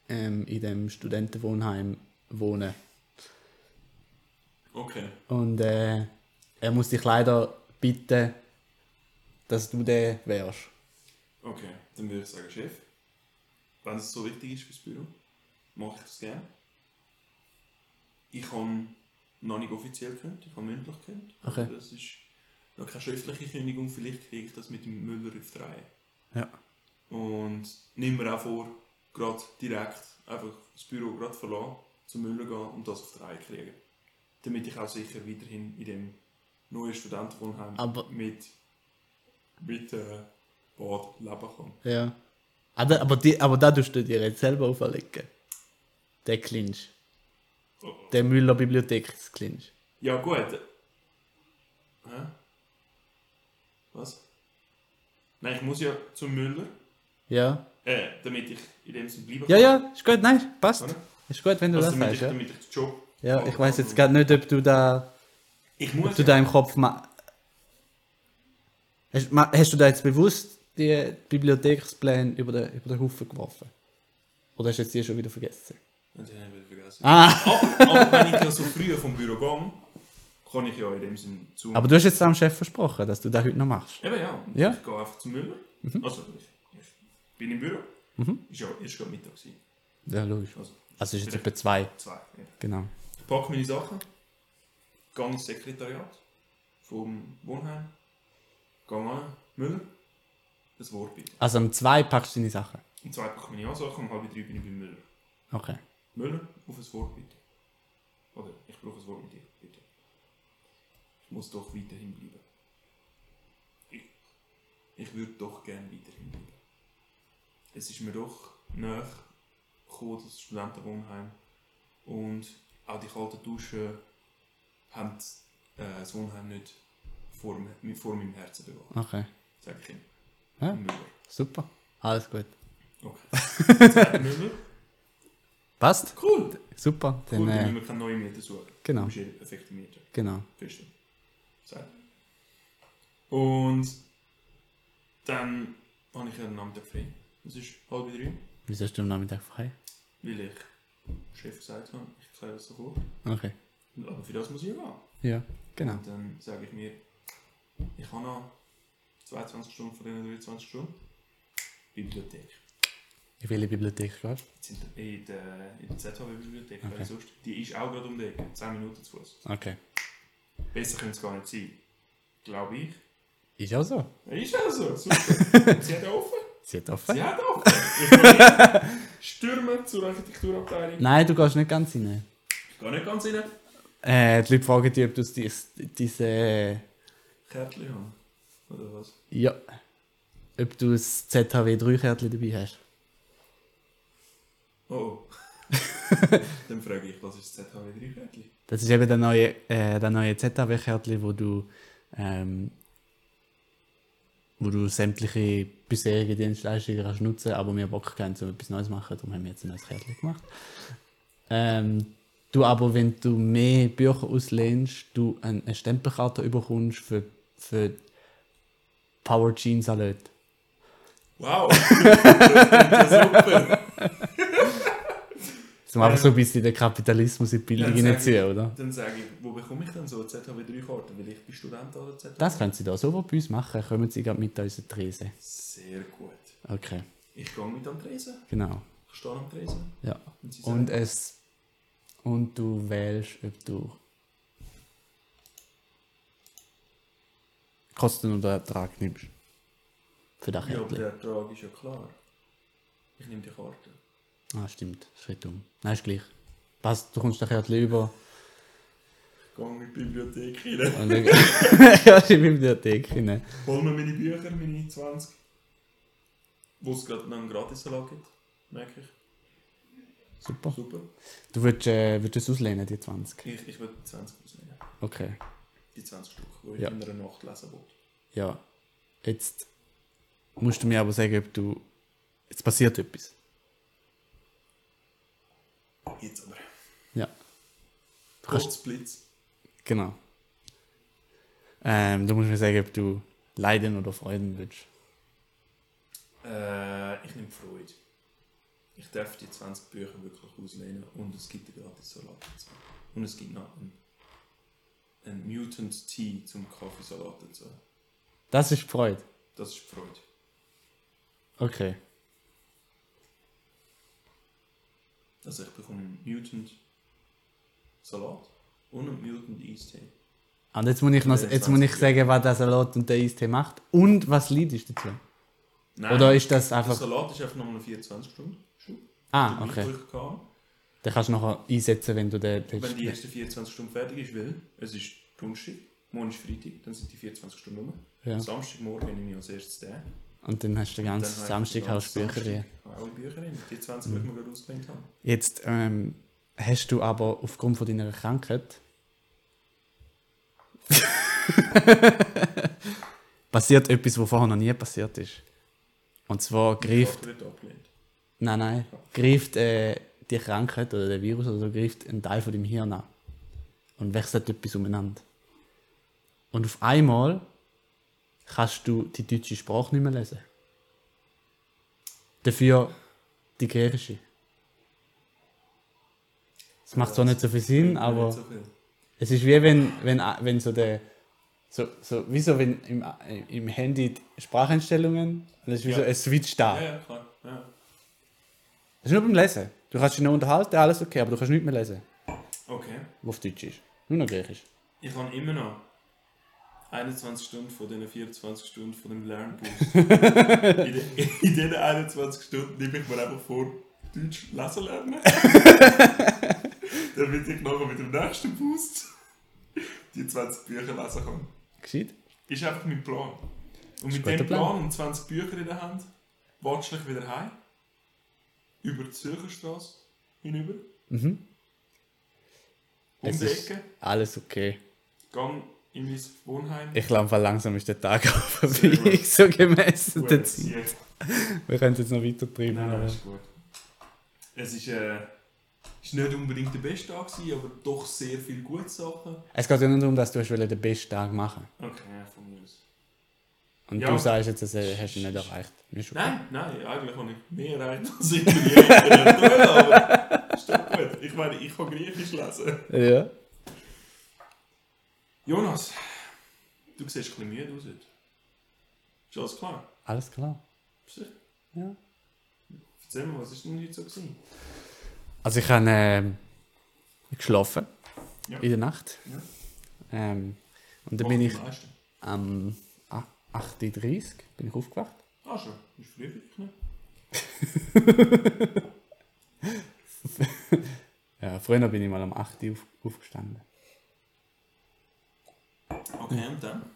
A: ähm, in dem Studentenwohnheim wohnen.
B: Okay.
A: Und äh, er muss dich leider bitten, dass du der wärst.
B: Okay, dann würde ich sagen, Chef, wenn es so wichtig ist fürs Büro, mache ich das gerne. Ich habe noch nicht offiziell gekündigt, ich habe mündlich gekündigt.
A: Okay.
B: Also Das ist noch keine schriftliche Kündigung, vielleicht kriege ich das mit dem Müller auf die Reihe.
A: Ja.
B: Und nehme mir auch vor, gerade direkt einfach das Büro gerade verlassen, zum Müller gehen und das auf die Reihe kriegen. Damit ich auch sicher weiterhin in dem neuen Studentenwohnheim
A: Aber-
B: mit, mit äh, Bad leben kann.
A: Ja. Aber, aber, die, aber da tust du dir jetzt selber auferlegen. Der Clinch. Der Müller Bibliothek Clinch.
B: Ja, gut. Hä? Was? Nein, ich muss ja zum Müller.
A: Ja.
B: Äh, damit ich in dem Sinne bleiben
A: Ja, ja, ist gut, nein, passt.
B: Oder?
A: Ist gut, wenn du
B: Also
A: das
B: damit,
A: sagst,
B: ich,
A: ja.
B: damit ich den Job.
A: Ja, ich weiß jetzt
B: gar
A: gerade nicht, ob du da,
B: Ich muss.
A: ob du da im Kopf ma hast, ma hast du da jetzt bewusst die Bibliothekspläne über den, über den Haufen geworfen? Oder hast du jetzt die schon wieder vergessen?
B: Und den habe ich vergessen.
A: Ah,
B: Aber, aber wenn ich ja so früh vom Büro gehe, kann ich ja in dem Sinne zu.
A: aber du hast jetzt am Chef versprochen, dass du das heute noch machst.
B: Eben ja. Und
A: Ja. Mhm.
B: Ich gehe einfach zum Müller. Also, ich, ich bin im Büro. Ist ja erst gerade Mittag. gewesen.
A: Ja, logisch.
B: Also,
A: Also ist jetzt etwa zwei,
B: zwei. Ja.
A: genau.
B: Ich packe meine Sachen, gehe ins Sekretariat vom Wohnheim, gehe an Müller, das Wort bitte.
A: Also um zwei packst du deine Sachen.
B: Um zwei packe ich meine Sachen, um halb drei bin ich bei Müller.
A: Okay.
B: Müller, auf das Wort bitte. Oder ich brauche ein Wort mit dir, bitte. Ich muss doch weiterhin bleiben. Ich, ich würde doch gern weiterhin bleiben. Es ist mir doch nahe gekommen, das Studentenwohnheim. Und auch die kalten Duschen haben äh, das Wohnheim nicht vor, m- vor meinem Herzen bewahrt,
A: Okay.
B: sage ich ihm.
A: Ja.
B: Müller.
A: Super. Alles gut.
B: Okay. Nicht mehr.
A: Passt?
B: Äh, cool.
A: Super. Dann,
B: Cool, dann
A: äh,
B: müssen wir keinen neuen Meter suchen.
A: Genau.
B: Du bist eh perfekt im Meter.
A: genau.
B: Verstehst du? So. Und dann habe ich einen Nachmittag frei. Es ist halb drei,
A: Wieso hast du am Nachmittag frei?
B: weil ich dem Chef gesagt habe, ich kläre das doch auch.
A: Okay.
B: Aber für das muss ich ja gehen.
A: Ja, genau.
B: Und dann sage ich mir, ich habe noch 22 Stunden von diesen 23 Stunden. Bibliothek.
A: In welche Bibliothek gehst
B: Jetzt in der, in der, in der ZHW-Bibliothek,
A: Okay.
B: weil sonst, die ist auch gerade um die Ecke, 10 Minuten zu Fuß.
A: du? Okay.
B: Besser könnte es gar nicht sein. Glaube ich.
A: Ist auch so.
B: Ja, Ist auch so, super. Sie hat offen.
A: Sie hat offen.
B: Sie hat offen. Ich gehe stürmen zur Architekturabteilung.
A: Nein, du gehst nicht ganz rein.
B: Ich gehe nicht ganz rein.
A: Äh, die Leute fragen dich, ob du dies- diese.
B: Kärtchen haben. Oder was?
A: Ja. Ob du das ZHW-3-Kärtchen dabei hast.
B: Oh. oh. dann frage ich, was ist das ZHW3-Kärtchen?
A: Das ist eben der neue, äh, der neue ZHW-Kärtchen, wo du. Ähm, wo du sämtliche bisherigen Dienstleistungen kannst nutzen aber wir Bock haben, um etwas Neues zu machen, darum haben wir jetzt ein neues Kärtchen gemacht. Ähm, du aber, wenn du mehr Bücher auslehnst, du ein- eine Stempelkarte überkommst für, für Power Jeans Alert.
B: Wow! das klingt ja super!
A: Zum Um einfach so ein bisschen den Kapitalismus in die Bildung
B: Ja, das sag
A: hineinziehen, oder?
B: Dann sage ich, wo bekomme ich denn so eine ZHW3-Karte? Weil ich bin Student an der ZHW.
A: Das können Sie da so bei uns machen. Kommen Sie gerade mit unseren Tresen.
B: Sehr gut.
A: Okay,
B: Ich gehe mit am Tresen.
A: genau.
B: Ich stehe am Tresen.
A: Ja.
B: Und sie sagen,
A: Und es. Und du wählst, ob du. Kosten oder Ertrag nimmst. Für das
B: ja, aber
A: Kärtchen.
B: der Ertrag ist ja klar. Ich nehme die Karte.
A: Ah, stimmt. Schritt um. Nein, ist gleich. Passt, du kommst das Kärtchen über.
B: Ich gehe in die Bibliothek rein.
A: Und dann gehst du in die Bibliothek hinein.
B: Hol mir meine Bücher, meine 20. Wo es gerade noch einen Gratis-Salat gibt, merke ich.
A: Super.
B: Super.
A: Du würdest, äh, würdest es auslehnen, die 20.
B: Ich, ich würde 20 ausnehmen.
A: Okay.
B: Die 20 Stück, die ich
A: Ja.
B: in einer Nacht lesen will.
A: Ja. Jetzt musst du mir aber sagen, ob du. Jetzt passiert etwas.
B: Jetzt aber.
A: Ja. Du kannst,
B: Kurzblitz.
A: genau. Ähm, du musst mir sagen, ob du leiden oder freuden willst.
B: Äh, ich nehme Freude. Ich darf die 20 Bücher wirklich auslehnen und es gibt einen Gratis-Salat dazu. Und es gibt noch einen, einen Mutant Tea zum Kaffeesalat dazu.
A: Das ist Freude.
B: Das ist Freude.
A: Okay.
B: Also ich bekomme einen Mutant Salat und einen Mutant Eistee.
A: Und jetzt muss ich, noch,
B: Ja,
A: jetzt muss ich
B: 20,
A: sagen, was der Salat und der Eistee macht. Und was leidest du dazu?
B: Nein, Also,
A: Oder ist das
B: der
A: einfach.
B: Salat ist einfach nochmal eine 24 Stunden. Schub.
A: Ah,
B: Den ich
A: okay.
B: durchgehauen.
A: Den kannst du nachher einsetzen, wenn du den. den
B: Wenn die erste 24 Stunden fertig ist, weil es ist Donnerstag, morgen ist Freitag, dann sind die 24 Stunden rum.
A: ja.
B: Samstagmorgen nehme ich als erstes den.
A: Und dann hast du den
B: Dann
A: ganzen
B: habe ich
A: Samstag
B: genau, den
A: hast du
B: ganzen
A: Bücher Mhm.
B: Samstag
A: rein.
B: Alle Bücher rein. Die 20, die ich mir gerade ausgelenkt habe.
A: Jetzt ähm, hast du aber aufgrund von deiner Krankheit. passiert etwas, was vorher noch nie passiert ist. Und zwar
B: Die
A: greift.
B: Karte wird abgelehnt.
A: Nein, nein. Greift äh, die Krankheit oder der Virus oder so, greift einen Teil von deinem Hirn an. Und wechselt etwas umeinander. Und auf einmal kannst du die deutsche Sprache nicht mehr lesen. Dafür die griechische. Das macht zwar nicht so viel Sinn, aber.
B: Nicht so viel.
A: Es ist wie wenn, wenn, wenn so der. So, so, wie so, wenn im, im Handy die Spracheinstellungen. Das ist wie
B: Ja.
A: so ein Switch da.
B: Ja, ja, klar. Ja.
A: Das ist nur beim Lesen. Du kannst dich noch unterhalten, alles okay, aber du kannst nicht mehr lesen,
B: Okay.
A: was auf Deutsch ist. Nur noch Griechisch.
B: Ich habe immer noch 21 Stunden von diesen 24 Stunden von dem Lernbus. in, de, in diesen 21 Stunden nehme ich mir einfach vor, Deutsch lesen lernen. Damit ich nachher mit dem nächsten Boost die 20 Bücher lesen kann.
A: Gescheit?
B: Ist einfach mein Plan. Und mit
A: guter
B: dem
A: Plan.
B: Plan und 20 Bücher in der Hand, watschle ich wieder heim. Über die Zürcherstraße hinüber.
A: Mhm.
B: Um
A: Es
B: die
A: ist-
B: Ecke.
A: Alles okay.
B: Gang in mein Wohnheim.
A: Ich glaube, langsam ist der Tag auch
B: Sehr
A: vorbei,
B: gut.
A: so gemessen.
B: Gut,
A: der Zeit.
B: jetzt
A: Wir können es jetzt noch weiter treiben.
B: Nein, nein,
A: aber-
B: ist gut. Es ist, äh, ist nicht unbedingt der beste Tag, gewesen, aber doch sehr viele gute Sachen.
A: Es geht ja nicht darum, dass du hast wollen den besten Tag machen wolltest.
B: Okay, ja, von mir aus.
A: Und
B: Ja.
A: du sagst jetzt, das äh, hast du nicht erreicht. Ist okay.
B: Nein, nein, eigentlich habe ich mehr erreicht als ich in die anderen tun, aber ist doch gut. Ich meine, ich kann Griechisch lesen.
A: Ja.
B: Jonas, du siehst ein bisschen müde aus heute. Ist alles klar?
A: Alles klar.
B: Sicher?
A: Ja.
B: Erzähl mir, was ist denn heute so gewesen?
A: Also ich habe ähm, geschlafen
B: Ja.
A: in der Nacht.
B: Ja.
A: Ähm, und dann bin ich
B: Am meisten.
A: am ähm, 8.30 Uhr bin ich aufgewacht.
B: Ah, schon. Ist früh für dich, ne?
A: Ja, früher bin ich mal am 8 Uhr auf, aufgestanden.
B: Okay, und dann?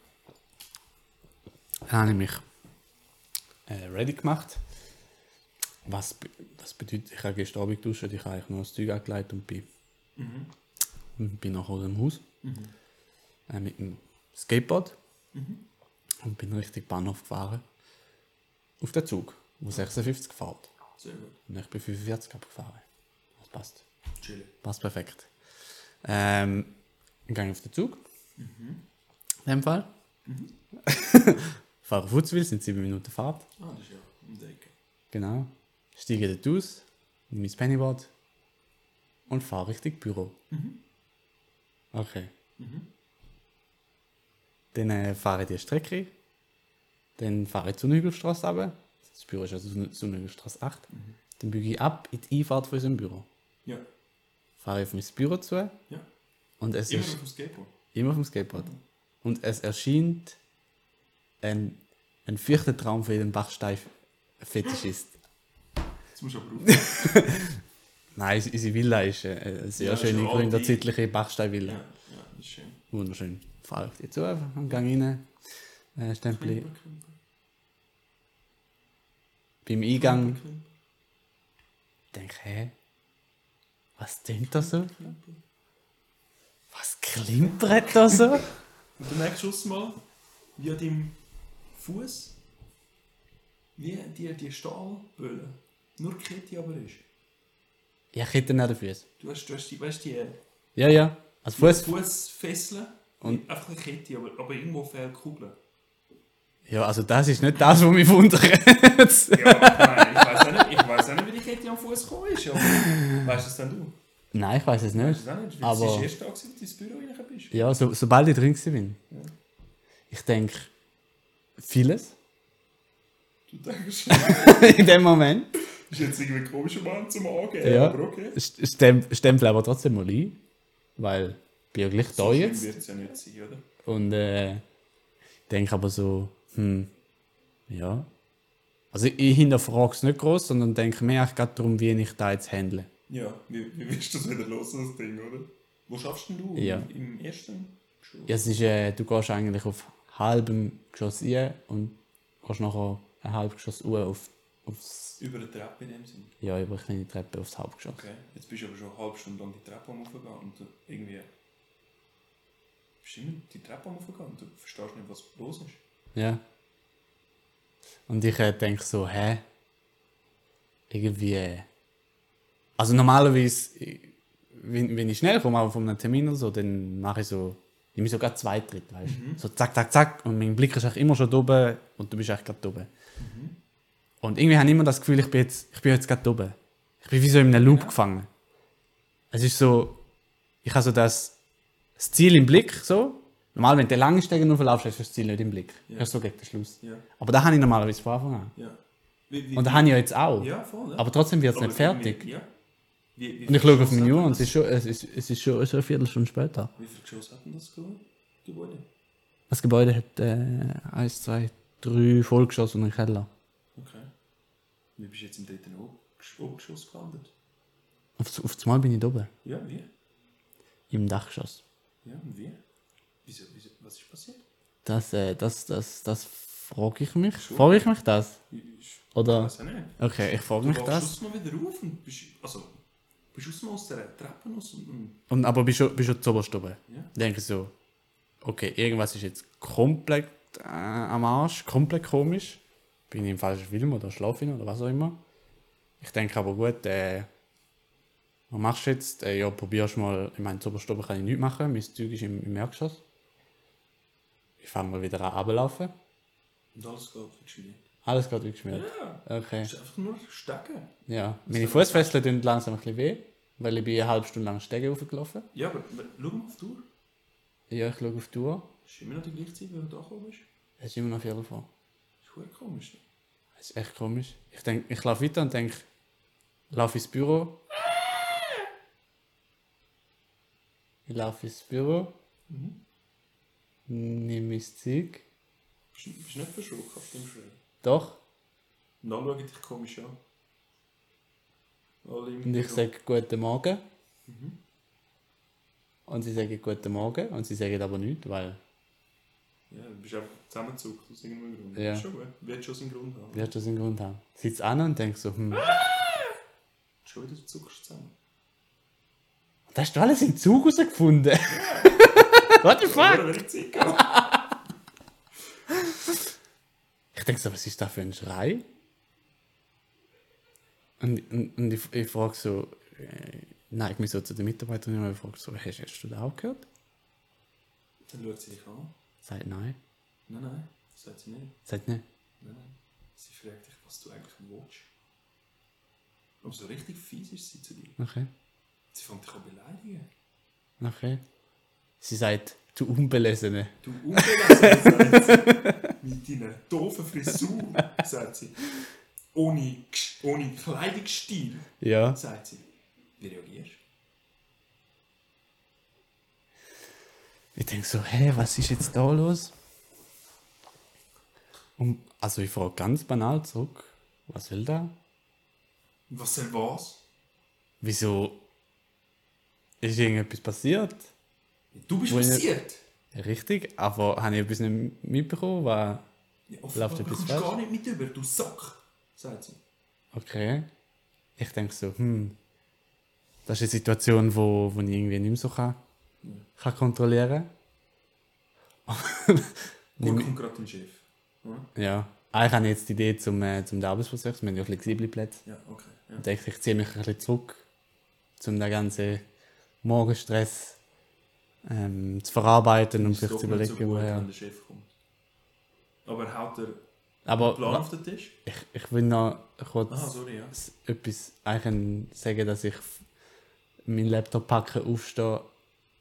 A: Dann habe ich mich äh, ready gemacht. Was, be- was bedeutet, ich habe gestern Abend geduscht, ich habe eigentlich nur das Zeug angelegt und bin,
B: Mhm.
A: und bin nachher aus dem Haus
B: Mhm.
A: äh, mit dem Skateboard
B: Mhm.
A: und bin richtig Bahnhof gefahren. Auf den Zug, wo 56 fährt.
B: Sehr gut.
A: Und ich bin 45 abgefahren. Das passt.
B: Chillen.
A: Passt perfekt. Ähm, dann gehe ich auf den Zug. In dem Fall. Fahre auf Hutzwil, sind 7 Minuten Fahrt.
B: Ah, das ist ja um die Ecke.
A: Genau. Steige dort aus, nehme mein Pennyboard und fahre Richtung Büro. Okay. Dann äh, fahre ich die Strecke. Dann fahre ich zur Hügelstraße runter. Das Büro ist also Sonnenhügelstraße 8. Dann büge ich ab in die Einfahrt von unserem Büro.
B: Ja,
A: Fahre ich auf mein Büro zu
B: ja.
A: und es
B: Immer
A: ist
B: noch vom Skateboard.
A: immer vom Skateboard. Und es erscheint ein, ein vierter Traum für jeden Bachstein-Fetischist.
B: Jetzt musst du aber aufhören.
A: Nein, unsere- unsere Villa ist äh, eine sehr
B: Ja, ist
A: schöne
B: eine alte-
A: gründerzeitliche Bachsteinvilla.
B: ja, ja, das ist schön.
A: Wunderschön. Fahre ich dir zu und gehe rein. Äh, Stempel.
B: Klimper, klimper,
A: Beim Eingang
B: klimper,
A: denke ich, hä? Was tönt da so?
B: klimper.
A: Was klimpert da so?
B: Und du merkst schon mal, wie an deinem Fuß, wie die, die Stahlböhle, nur die Kette aber ist.
A: ja, ich hätte ihn an den Füßen.
B: Du hast, du hast die, weißt, die
A: Ja, ja. Also Fuß.
B: Fußfesseln
A: Und-
B: und einfach eine Kette, aber, aber irgendwo fehlt die Kugel.
A: Ja, also das ist nicht das, was mich wundert.
B: Ja, nein, ich weiß auch nicht, ich weiß auch nicht, wie die Kette am Fuß gekommen ist. Aber weißt du das denn du?
A: Nein, ich weiß es nicht.
B: Weißt du das auch nicht? Weil
A: Aber-
B: aber... Es ist der erste Tag, gewesen, als du ins Büro reingekommen bist.
A: Ja, so, sobald ich drin war. bin.
B: Ja.
A: Ich denke, vieles
B: Du denkst,
A: in dem Moment.
B: ist jetzt irgendwie ein komischer Mann zum Angeben,
A: Ja.
B: aber okay.
A: St- Stemp Stempel aber trotzdem mal ein, weil ich bin ja gleich da
B: So schlimm
A: jetzt.
B: wird es ja nicht sein, oder?
A: Und äh, denke aber so, hm, ja. Also ich, ich hinterfrage es nicht groß, sondern denke mir eigentlich gerade darum, wie ich da jetzt handle.
B: Ja, wie, wie wirst du das wieder los, das Ding, oder? Wo schaffst denn du?
A: Ja.
B: Im, im ersten Geschoss?
A: Ja, es ist, äh, du gehst eigentlich auf halbem Geschoss rein und gehst nachher ein halbes Geschoss hoch auf, aufs,
B: Über eine Treppe in dem Sinn.
A: ja, über eine kleine Treppe aufs Hauptgeschoss.
B: Okay. Jetzt bist du aber schon eine halbe Stunde lang die Treppe am Aufgehen und du irgendwie. Bist immer die Treppe am Aufgehen und du verstehst nicht, was los ist.
A: Ja. Und ich äh, denke so, hä? Irgendwie. äh, Also normalerweise, ich- wenn, wenn ich schnell komme, aber von einem Termin oder so, dann mache ich so, ich nehme sogar zwei Drittel, weißt du? So zack, zack, zack. Und mein Blick ist eigentlich immer schon da oben und du bist eigentlich gerade da oben. Und irgendwie habe ich immer das Gefühl, ich bin jetzt, ich bin jetzt gerade da oben. Ich bin wie so in einem Loop gefangen. Es ist so, ich habe so das, das Ziel im Blick, so. Normal, wenn du den langen Stegen nur verlaufst, hast du das Ziel nicht im Blick.
B: Ja.
A: Hörst du so gegen den Schluss.
B: Ja.
A: Aber das habe ich normalerweise von Anfang an.
B: Ja. Wie, wie,
A: Und das habe ich ja jetzt auch.
B: ja, voll. Ja.
A: Aber trotzdem wird es nicht fertig.
B: Ja. Wie, wie
A: Und ich
B: viel
A: schaue auf
B: Geschoss
A: meine
B: hat
A: Uhr und
B: das-
A: es ist schon, es ist, es ist schon so eine Viertelstunde später.
B: Wie viel Geschoss hat denn das Gebäude? Gebäude?
A: Das Gebäude hat äh, eins, zwei, drei Vollgeschoss und einen Keller.
B: Okay. Wie bist du jetzt im dritten Obergesch- Obergeschoss gelandet?
A: Auf, auf einmal bin ich da oben,
B: Ja, wie?
A: im Dachgeschoss.
B: Ja, und wie? Wieso, wieso, was ist passiert?
A: Das, äh, das, das, das frage ich mich. Frage ich mich das?
B: Ich
A: Oder?
B: weiß auch nicht.
A: Okay, ich frage mich
B: Du
A: das.
B: wachst mal wieder auf und bist, also, bist aus, aus der Treppe raus und, und
A: Und, aber bist schon, bist schon zuoberst oben.
B: Ja.
A: Denke ich so, okay, irgendwas ist jetzt komplett äh, am Arsch, komplett komisch. bin ich im falschen Film oder schlafe ich oder was auch immer. Ich denke aber gut, äh, was machst du jetzt? Äh, ja, probierst mal, ich meine, zur Oberstube kann ich nichts machen, mein Zeug ist im, im Erdgeschoss. Ich fange mal wieder an, runterlaufen.
B: Und alles geht funktioniert.
A: Alles geht geschmiert.
B: Ja,
A: Okay,
B: ist einfach nur stecken.
A: ja. Meine Fußfesseln tun langsam ein bisschen weh, weil ich bin eine halbe Stunde lang Stege hochgelaufen.
B: Ja, aber aber schau mal auf die Uhr.
A: Ja, ich schaue auf die Uhr.
B: Ist immer noch die gleiche Zeit, wenn du da kommst.
A: Es ist immer noch viel davon.
B: Ist gut komisch.
A: Das ist echt komisch. Ich, denk, ich laufe weiter und denke, laufe ins Büro. Ich laufe ins Büro. Nimm mein Zeug.
B: Bist du bist du nicht verschrocken auf dem Schreiben?
A: Doch.
B: Und dann schauen dich komisch an. Alle im
A: Und ich
B: Büro.
A: sage Guten Morgen. Und sie sagen Guten Morgen. Und sie sagen aber nichts, weil
B: Ja, du bist einfach zusammengezuckt aus irgendeinem Grund.
A: Ja.
B: Ist Schon gut. Wird schon seinen Grund haben.
A: wird schon seinen Grund haben. Sitzt an und denkt so, hm,
B: Schon wieder zuckst zusammen.
A: da hast du alles im Zug rausgefunden. What the fuck?
B: Oder wenn ich Zeit gehabt.
A: Ich denke so, was ist da für ein Schrei? Und, und, und ich, ich frage so, äh, nein, ich mich so zu den Mitarbeitern und ich frage so, hast, hast du das auch gehört?
B: Dann schaut sie dich an.
A: Sagt nein.
B: Nein, nein, das sagt sie nicht.
A: Sagt nein.
B: Nein, nein. Sie fragt dich, was du eigentlich willst. Aber so richtig fies ist sie zu dir.
A: Okay.
B: Sie fängt dich an beleidigen.
A: Okay. Sie sagt, du Unbelesene.
B: Du Unbelassener, sagt sie. Mit deiner doofen Frisur, sagt sie. Ohne, Gesch- ohne Kleidungsstil,
A: Ja.
B: sagt sie. Wie reagierst
A: Ich denke so, hä, was ist jetzt da los? Und, also ich frage ganz banal zurück, was will da?
B: du? Was soll was?
A: Wieso ist irgendetwas passiert?
B: Du bist
A: Weil-
B: passiert!
A: Richtig, aber habe ich etwas nicht mitbekommen, war
B: Ja, offenbar
A: Läuft etwas
B: kommst du
A: falsch?
B: gar nicht mit über, du Sack, sagt sie.
A: okay. Ich denke so, hm, das ist eine Situation, wo, wo ich irgendwie nicht mehr so kann, kann kontrollieren
B: Und kommt gerade dein Chef. Ja,
A: Ja, eigentlich habe ich jetzt die Idee zum, äh, zum Arbeitsprozess, wir haben ja flexible Plätze.
B: ja okay. Ja.
A: Und ich, ich ziehe mich ein bisschen zurück, um den ganzen Morgenstress ähm, zu verarbeiten und sich
B: Ist
A: zu
B: doch nicht
A: überlegen, woher.
B: wenn der Chef kommt. Aber er haut der
A: Aber
B: Plan
A: wa-
B: auf den Tisch?
A: ich, ich will noch kurz
B: Aha, sorry, ja.
A: s- etwas eigentlich sagen, dass ich f- meinen Laptop packe, aufstehe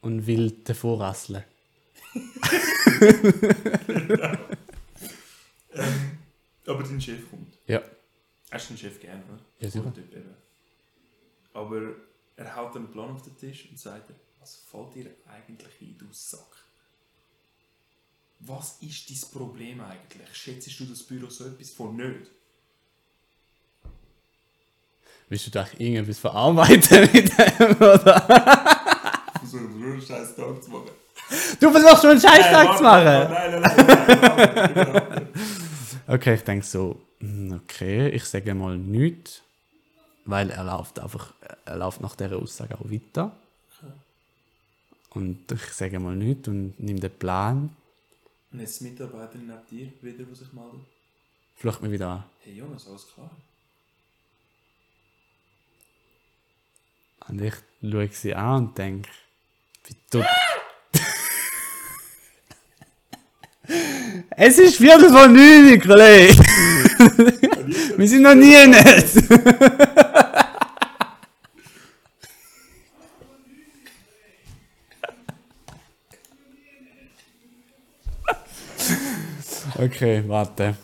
A: und will davor rasseln.
B: Aber dein Chef kommt.
A: Ja.
B: Hast du den Chef gerne, oder?
A: Ja, sicher.
B: Guter Typ eben. Aber er haut einen Plan auf den Tisch und sagt dir, was fällt dir eigentlich ein, du Sack? Was ist dein Problem eigentlich? Schätzt du das Büro so etwas von nicht?
A: Willst du da irgendwas verarbeiten mit dem, oder?
B: So einen scheiß Tag zu machen.
A: Du versuchst schon einen Scheißtag zu machen!
B: Nein, nein, nein, nein, nein, nein.
A: Okay, ich denke so, hm, okay, ich sage mal nichts, weil er läuft einfach, er läuft nach dieser Aussage auch weiter. Und ich sage mal nichts und nehme den Plan,
B: Und jetzt die Mitarbeiterin neben dir wieder, die sich meldet.
A: flucht mich wieder an.
B: Hey Jonas, alles klar?
A: Und ich schaue sie an und denke, wie du... es ist Viertel vor neun, Kollege! Wir sind noch nie nicht! okay, warte.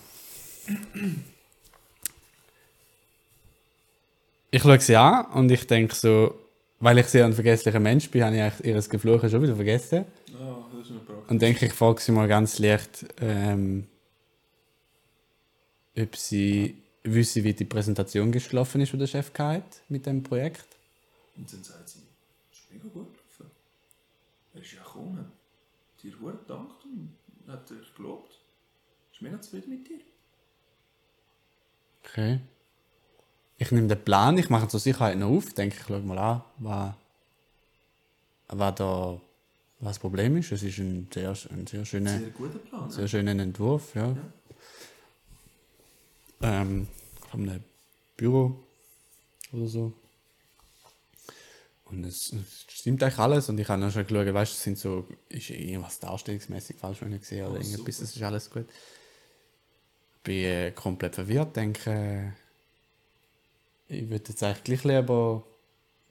A: Ich schaue sie an und ich denke so, weil ich sehr ein vergesslicher Mensch bin, habe ich eigentlich ihr Gefluche schon wieder vergessen.
B: Ah, das ist eine Frage.
A: Und denke, ich frage sie mal ganz leicht, ähm, ob sie wissen, wie die Präsentation geschlafen ist, die der Chef hatte mit dem Projekt.
B: Und dann sagt sie, das ist mega gut gelaufen. Er ist ja gekommen. Dir gut gedankt und hat dir gelobt. Ist mega zufrieden mit dir.
A: Okay. Ich nehme den Plan, ich mache ihn zur Sicherheit noch auf, denke, ich schaue mal an, was, was da was das Problem ist. Es ist ein
B: Genau.
A: sehr, ein sehr schöner...
B: Sehr guter Plan.
A: Sehr schönen Entwurf, ja. ähm, von einem Büro oder so. Und es, es stimmt eigentlich alles und ich habe dann schon geschaut, weißt du, sind so, ist irgendwas darstellungsmäßig falsch, wenn ich gesehen oder
B: Ah,
A: irgendetwas,
B: super.
A: es ist alles gut. Bin äh, komplett verwirrt, denke, äh, ich würde jetzt eigentlich gleich lieber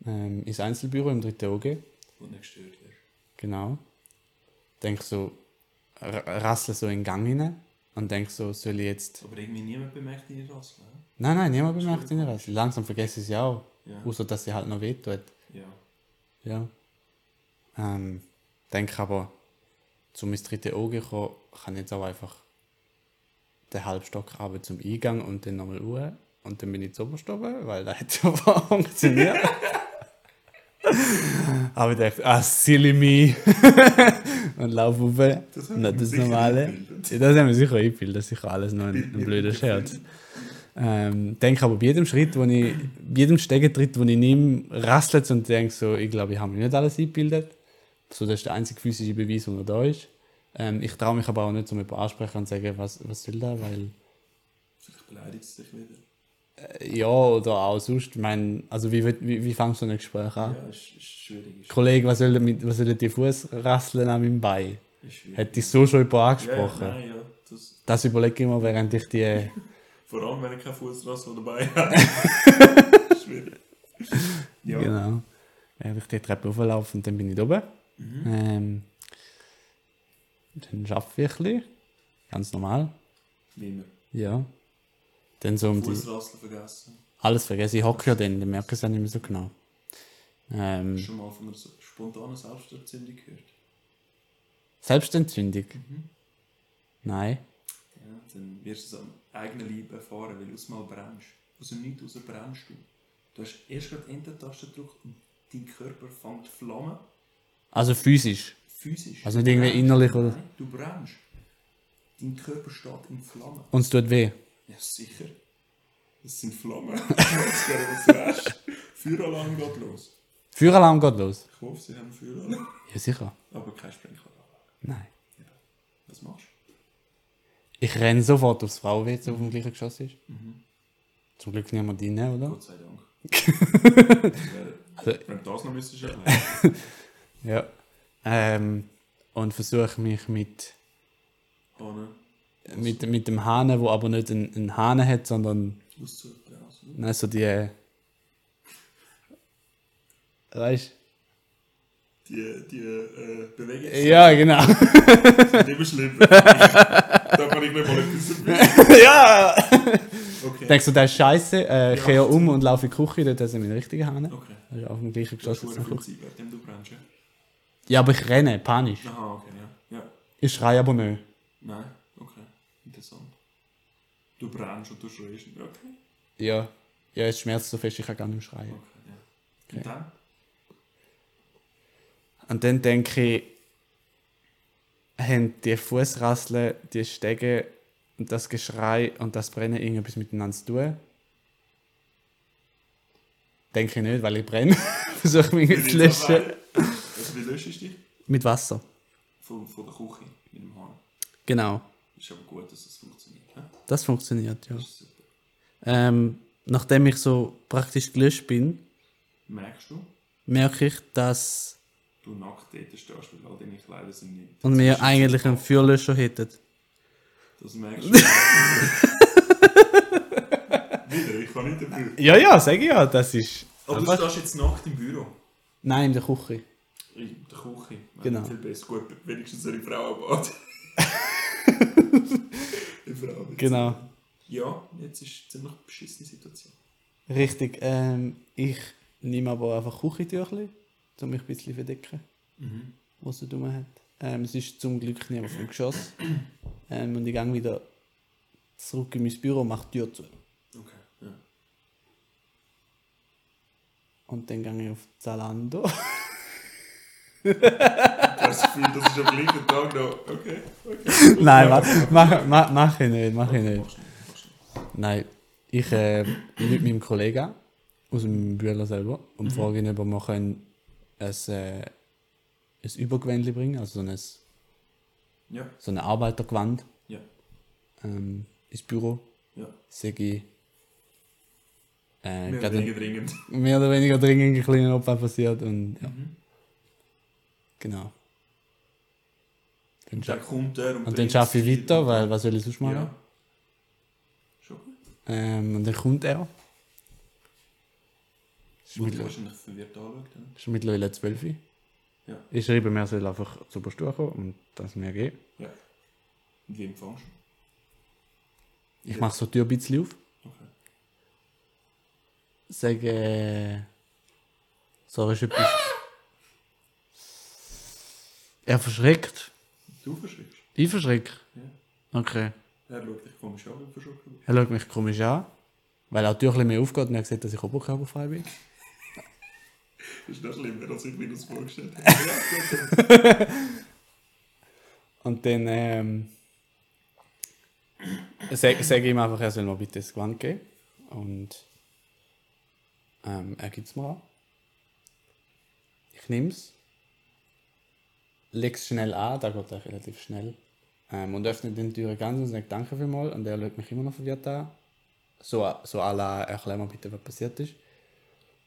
A: ähm, ins Einzelbüro im dritten O gehen.
B: Und nicht gestört wirst.
A: Genau. Denk so, r- rassle so in den Gang hinein und denk so, soll ich jetzt.
B: Aber irgendwie niemand bemerkt deine Rassel,
A: Nein, nein, niemand bemerkt ihn rassle. Langsam vergesse ich es ja auch.
B: Ja.
A: Außer, dass sie halt noch wehtut.
B: hä? Ja.
A: Ja. Ähm, denk aber, zum ins dritte Auge kommen, kann ich jetzt auch einfach den Halbstock runter zum Eingang und dann nochmal Uhr. Und dann bin ich zu oben, weil da hat ja funktioniert. aber ich dachte, ah, silly me. und lauf rauf. Das,
B: Das haben wir
A: das
B: sicher
A: Normale.
B: eingebildet.
A: Ja, das haben wir sicher eingebildet. Das ist sicher alles noch ein, ein blöder Scherz. Ähm, denke aber bei jedem Schritt, wo ich, bei jedem Stegentritt, den ich nehme, rasselt es und denke so, ich glaube, ich habe mir nicht alles eingebildet. So, das ist der einzige physische Beweis, der noch da ist. Ähm, ich traue mich aber auch nicht, um jemanden ansprechen und zu sagen, was, was soll da, weil...
B: Vielleicht beleidigt es dich wieder.
A: Ja, oder auch sonst, ich meine, also wie, wird- wie, wie fängst du ein Gespräch an?
B: Ja, ist, ist schwierig. Ist,
A: Kollege, was soll denn mit, was soll denn die Fuß rasseln an meinem Bein?
B: ist schwierig.
A: Hätte ich so schon jemand angesprochen?
B: ja, nein, ja. Das,
A: Das überlege ich mir, während ich die...
B: vor allem, wenn ich keine Fußrassel dabei habe. schwierig. Ja.
A: Genau. Während ich die Treppe hochlaufe und dann bin ich da oben. Ähm, dann arbeite ich ein bisschen. Ganz normal.
B: Wie immer.
A: Ja. Dann so um die...
B: Fußrassel vergessen.
A: Alles vergessen. Ich hocke ja dann, dann merke ich es auch nicht mehr so genau. Ähm,
B: Schon mal von einer so- spontanen Selbstentzündung gehört.
A: Selbstentzündung? Nein.
B: Ja, dann wirst du es am eigenen Leib erfahren, weil du es mal brennst. Aus dem Nichts raus brennst du. Du hast erst gerade die Enter-Taste gedrückt und dein Körper fängt Flammen
A: Also physisch.
B: physisch.
A: Also nicht irgendwie innerlich oder-
B: Nein, du brennst. Dein Körper steht in Flammen.
A: Und es tut weh.
B: Ja, sicher. Das sind Flammen. Ich weiß gar nicht, was du hast. Feueralarm geht los.
A: Feueralarm geht los.
B: Ich hoffe, sie haben Feueralarm.
A: Ja, sicher.
B: Aber kein Sprinkleranlage.
A: Nein.
B: Was machst du?
A: Ich renne sofort aufs Frauenwitz, das auf dem gleichen Geschoss ist. Zum Glück niemand rein, oder?
B: Gott sei Dank. also, wenn du das noch müsstest, erklären.
A: Ja. Ähm, und versuche mich mit,
B: Ohne
A: mit, mit dem Hahn, wo aber nicht einen, einen Hahn hat, sondern
B: auszubremsen.
A: nein, so die. Weißt
B: Die, die äh, Bewegung.
A: du? Ja, genau.
B: Lieber schlimm. da kann ich nicht mal etwas wissen.
A: ja!
B: Okay.
A: Denkst du, das ist scheiße? Äh, ich
B: Ja.
A: gehe um und laufe in die Küche, dort sind meine richtigen Hahn.
B: Okay.
A: Das ist auf dem gleichen
B: Das
A: Geschoss.
B: ist
A: jetzt
B: schon
A: noch
B: viel
A: Küche.
B: Zeit, währenddem du brennst. ja?
A: Ja, aber ich renne, panisch.
B: Aha, okay, ja. Ja.
A: Ich schreie aber nicht.
B: Nein, okay. Interessant. Du brennst und du schreist. Ja, Okay.
A: Ja. Ja, es schmerzt so fest, ich kann gar nicht mehr schreien.
B: Okay, ja. Und dann?
A: Und dann denke ich, haben die Fußrasseln, die Stege und das Geschrei und das Brennen irgendetwas miteinander zu tun? Denke ich nicht, weil ich brenne. Versuche mich nicht zu löschen.
B: Also, wie löschst du dich?
A: Mit Wasser.
B: Von, von der Küche mit dem Hahn.
A: Genau.
B: Ist aber gut, dass das funktioniert. Ja?
A: Das funktioniert, ja.
B: Das ist super.
A: Ähm, nachdem ich so praktisch gelöscht bin,
B: Merkst du,
A: merke ich, dass
B: du nackt dort stehst, weil all deine Kleider sind nicht.
A: und wir eigentlich einen Feuerlöscher hätten.
B: Das merkst du. Wieder, ich kann nicht dafür.
A: Ja, ja, sage ich ja, das ist.
B: Aber du
A: einfach-
B: stehst jetzt nackt im Büro.
A: Nein, in der Küche.
B: In der Küche. Nein,
A: Genau.
B: Viel besser. Gut, wenigstens eine Frau am Bad. Die Frau. mit-
A: Genau.
B: Ja, jetzt ist eine ziemlich beschissene Situation.
A: Richtig, ähm, ich nehme aber einfach Küchentüchli, um mich ein bisschen zu verdecken, Mhm. was er dumm hat. Ähm, es ist zum Glück niemand vom Geschoss. Ähm, und ich gehe wieder zurück in mein Büro, mache die Tür zu.
B: Okay, ja.
A: Und dann gehe ich auf Zalando.
B: Ich habe das Gefühl, das ist am gleichen Tag noch. Okay, okay.
A: Nein, mach, mach, mach, mach ich nicht, mach ich nicht.
B: Machst du nicht, machst du nicht.
A: Nein, ich äh, mit meinem Kollegen an, aus dem Bühler selber und frage ihn, ob wir können ein, äh, ein Übergewändli bringen, also so ein, so
B: Ja,
A: ein Arbeitergewand.
B: ja.
A: ähm, ins Büro
B: Ja.
A: sage ich, äh,
B: Wir
A: gerade
B: weniger dringend.
A: mehr oder weniger dringend ein kleiner Unfall passiert und ja.
B: Mhm.
A: Genau. Dann
B: Und dann
A: scha-
B: kommt er und
A: und dann
B: bringt
A: schaffe ich
B: es
A: weiter, weil was soll ich sonst machen?
B: Ja. Schon gut.
A: Ähm, und dann kommt er. Ist
B: Wurde
A: mittlerweile-
B: wahrscheinlich verwirrt angeschaut. dann.
A: ist mittlerweile 12 Uhr.
B: Ja.
A: Ich schreibe mir, er soll einfach zur Postur kommen und dass es mir geht.
B: Ja. Und wie empfangst du?
A: Ich
B: Ja.
A: mache so die Tür ein bisschen auf,
B: Okay.
A: sage, äh, so ist etwas. er verschreckt.
B: Du verschriebst.
A: Ich verschreck.
B: Ja.
A: Okay.
B: Er schaut dich komisch an, wenn du verschrocken bist.
A: Er schaut mich komisch an, weil auch die Tür ein bisschen mehr aufgeht und er sieht, dass ich oberkörperfrei bin.
B: Das ist noch schlimmer, als ich mir das vorgestellt habe. Ja, gut, dann-
A: Und dann ähm, sage sag ich ihm einfach, er soll mir bitte das Gewand geben. Und ähm, er gibt es mir an. Ich nehme es, lege es schnell an, da geht er relativ schnell. Ähm, und öffne die Tür ganz und sagt Danke vielmals. Und er schaut mich immer noch verwirrt an. So, so à la, erklär mir bitte, was passiert ist.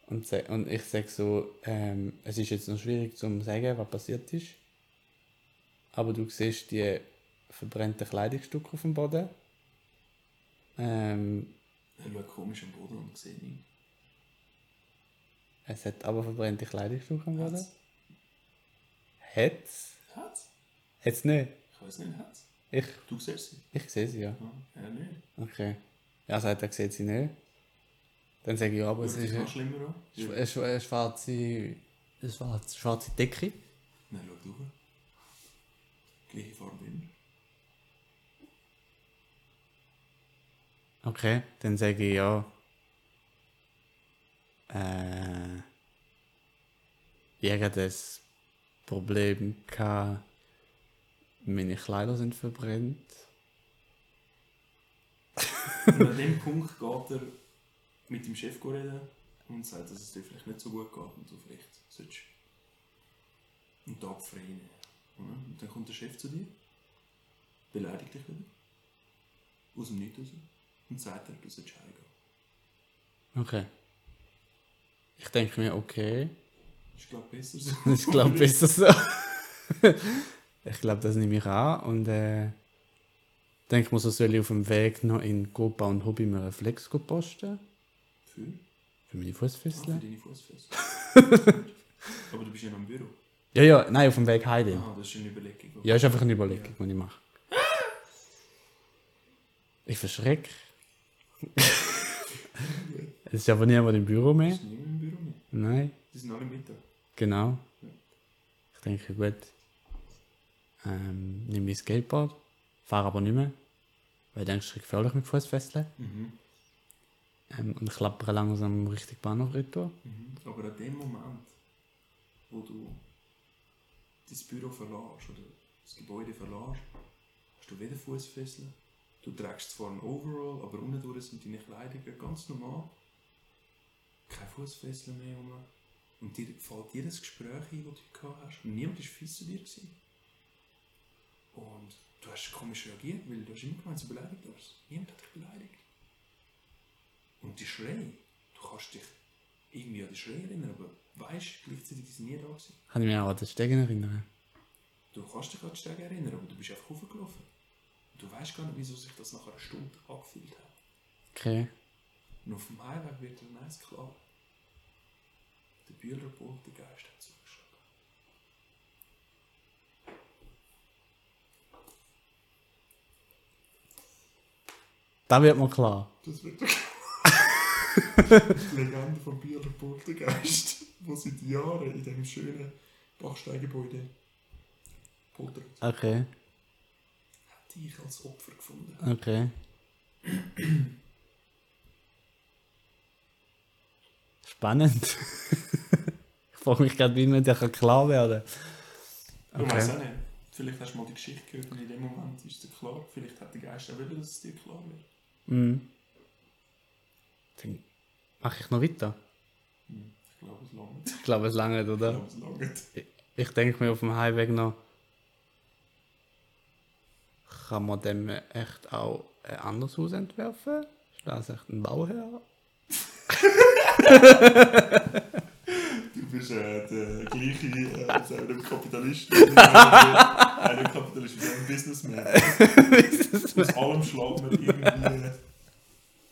A: Und, sag, und ich sage so, ähm, es ist jetzt noch schwierig zu sagen, was passiert ist aber du siehst die verbrannten Kleidungsstücke auf dem Boden. Ähm,
B: Er schaut komisch am Boden und sieht ihn.
A: es hat aber verbrannte Kleidungsstücke am Boden.
B: Hat's?
A: Hat's?
B: Hat's?
A: Hat's nicht?
B: Ich weiß nicht, hat's?
A: Ich,
B: Du siehst sie.
A: ich sehe sie ja.
B: Hm, Er nicht.
A: Okay. Er sagt, er sieht sie nicht. Dann sage ich, ja, aber
B: Schaut
A: es
B: dich
A: ist
B: noch
A: eine,
B: schlimmer an?
A: sch- eine, sch- eine schwarze, eine schwarze, schwarze Decke.
B: Nein, schau du. Gleiche Farbe wie immer.
A: Okay, dann sage ich ja. Äh. Irgendes Problem kann. Meine Kleider sind verbrannt.
B: Und an dem Punkt geht er mit dem Chef reden und sagt, dass es dir vielleicht nicht so gut geht und du vielleicht solltest einen Tag frei nehmen. Oder? Und dann kommt der Chef zu dir, beleidigt dich wieder, aus dem Nichts raus und sagt dir, du sollst heimgehen.
A: Okay. Ich denke mir, okay.
B: Das ist glaube ich besser so.
A: Ich glaube, besser so. ich glaube, das nehme ich an. Und äh, denke mir, so soll ich auf dem Weg noch in Copa und Hobby mir einen Flex posten.
B: Für?
A: Für meine
B: Ah, für
A: Fußfessel.
B: deine Fußfessel. Aber du bist ja noch im Büro.
A: Ja, ja, nein, auf dem Weg heim. dann.
B: Ah, das ist eine Überlegung.
A: Ja, ist einfach eine Überlegung, die ich mache. Ich verschreck. es ist aber niemand im Büro
B: Du
A: mehr.
B: bist niemand im Büro mehr.
A: Nein,
B: Die sind alle Mittag.
A: genau. Ich denke, gut. Ähm, nehme mein Skateboard, fahre aber nicht mehr. Weil ich denke, es ist gefährlich mit Fußfesseln.
B: Mhm.
A: Ähm, und klappere langsam Richtung Bahnhof retour.
B: Mhm. Aber an dem Moment, wo du dein Büro verlässt oder das Gebäude verlässt, hast du wieder Fußfesseln. Du trägst zwar ein Overall, aber unten durch sind deine Kleidungen ganz normal. Keine Fußfesseln mehr rum. Und dir fällt jedes Gespräch ein, das du gehabt hast. Und niemand war fies zu dir. Gewesen. Und du hast komisch reagiert, weil du hast immer gemeint, du beleidigt hast. Niemand hat dich beleidigt. Und die Schreie, du kannst dich irgendwie an die Schreie erinnern, aber weißt gleichzeitig, die sind nie da gewesen.
A: Kann ich mich auch an den Stegen erinnern.
B: Du kannst dich an die Stege erinnern, aber du bist einfach hochgelaufen. Du weißt gar nicht, wieso sich das nach einer Stunde angefühlt hat.
A: Okay.
B: Und auf dem Heimweg wird dir eins klar. Der Bühler Poltergeist hat zugeschlagen.
A: Da wird mir klar.
B: Das wird Die Legende vom Bieler Poltergeist, die seit Jahren in diesem schönen Bachsteingebäude poltert.
A: Okay,
B: Hat dich als Opfer gefunden.
A: okay. Spannend. ich frage mich gerade, wie mir der kann klar werden
B: Ich weiß
A: Okay.
B: auch nicht. Vielleicht hast du mal die Geschichte gehört und in dem Moment ist dir klar. Vielleicht hat der Geist auch wollen, dass es dir klar wird.
A: Mhm. Dann mache ich noch weiter.
B: Hm, Ich glaube, es langt. Ich
A: Ich glaube, es lange, oder?
B: glaube, es langt.
A: Ich denke mir auf dem Highway noch, kann man dem echt auch ein anderes Haus entwerfen? Ist das echt ein Bauherr?
B: Du bist äh, der gleiche, äh, als einem Kapitalist, einem Kapitalist wie einem Businessman. Aus allem schlagen wir irgendwie äh,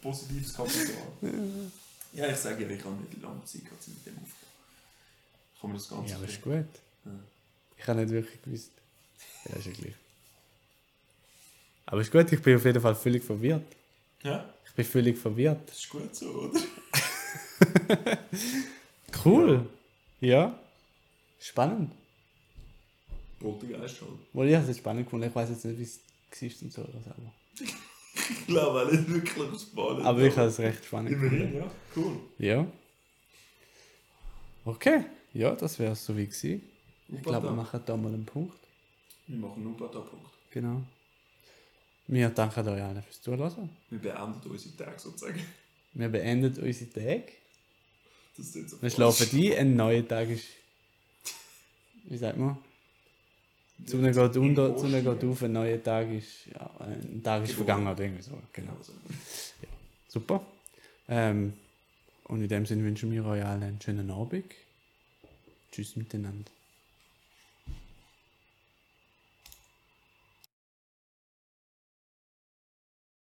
B: positives Kapital. Ja, ich sage ja, ich habe nicht lange Zeit gehabt, um mit dem aufzuhören. Ich kann mir das Ganze
A: Ja, das ist gut. Ich habe nicht wirklich gewusst. Ja, ist ja gleich. Aber ist gut, ich bin auf jeden Fall völlig verwirrt.
B: Ja,
A: Ich bin völlig verwirrt.
B: das ist gut so, oder?
A: Cool. Ja. Spannend.
B: Rote Geist schon.
A: Weil ja, es ist spannend gefunden. Ich weiß jetzt nicht, wie es war und so. oder so, aber-
B: Ich glaube auch nicht wirklich spannend.
A: Aber ich habe es recht spannend gefunden.
B: Immerhin, ja. Cool.
A: Ja. Okay. Ja, das wäre es so wie gewesen. Ich glaube, wir machen da mal einen Punkt.
B: Wir machen nur ein paar Punkte.
A: Genau. Wir danken euch allen fürs Zuhören.
B: Wir beenden unsere Tage sozusagen.
A: Wir beenden unseren Tag.
B: Das ist jetzt so
A: Wir
B: falsch.
A: schlafen die, ein neuer Tag ist. Wie sagt man? Die Sonne geht unter, die Sonne geht auf, ein neuer Tag ist. Ja, ein Tag ist vergangen oder irgendwie so. Genau.
B: so.
A: Super. Ähm, und in dem Sinne wünschen wir euch allen einen schönen Abend. Tschüss miteinander.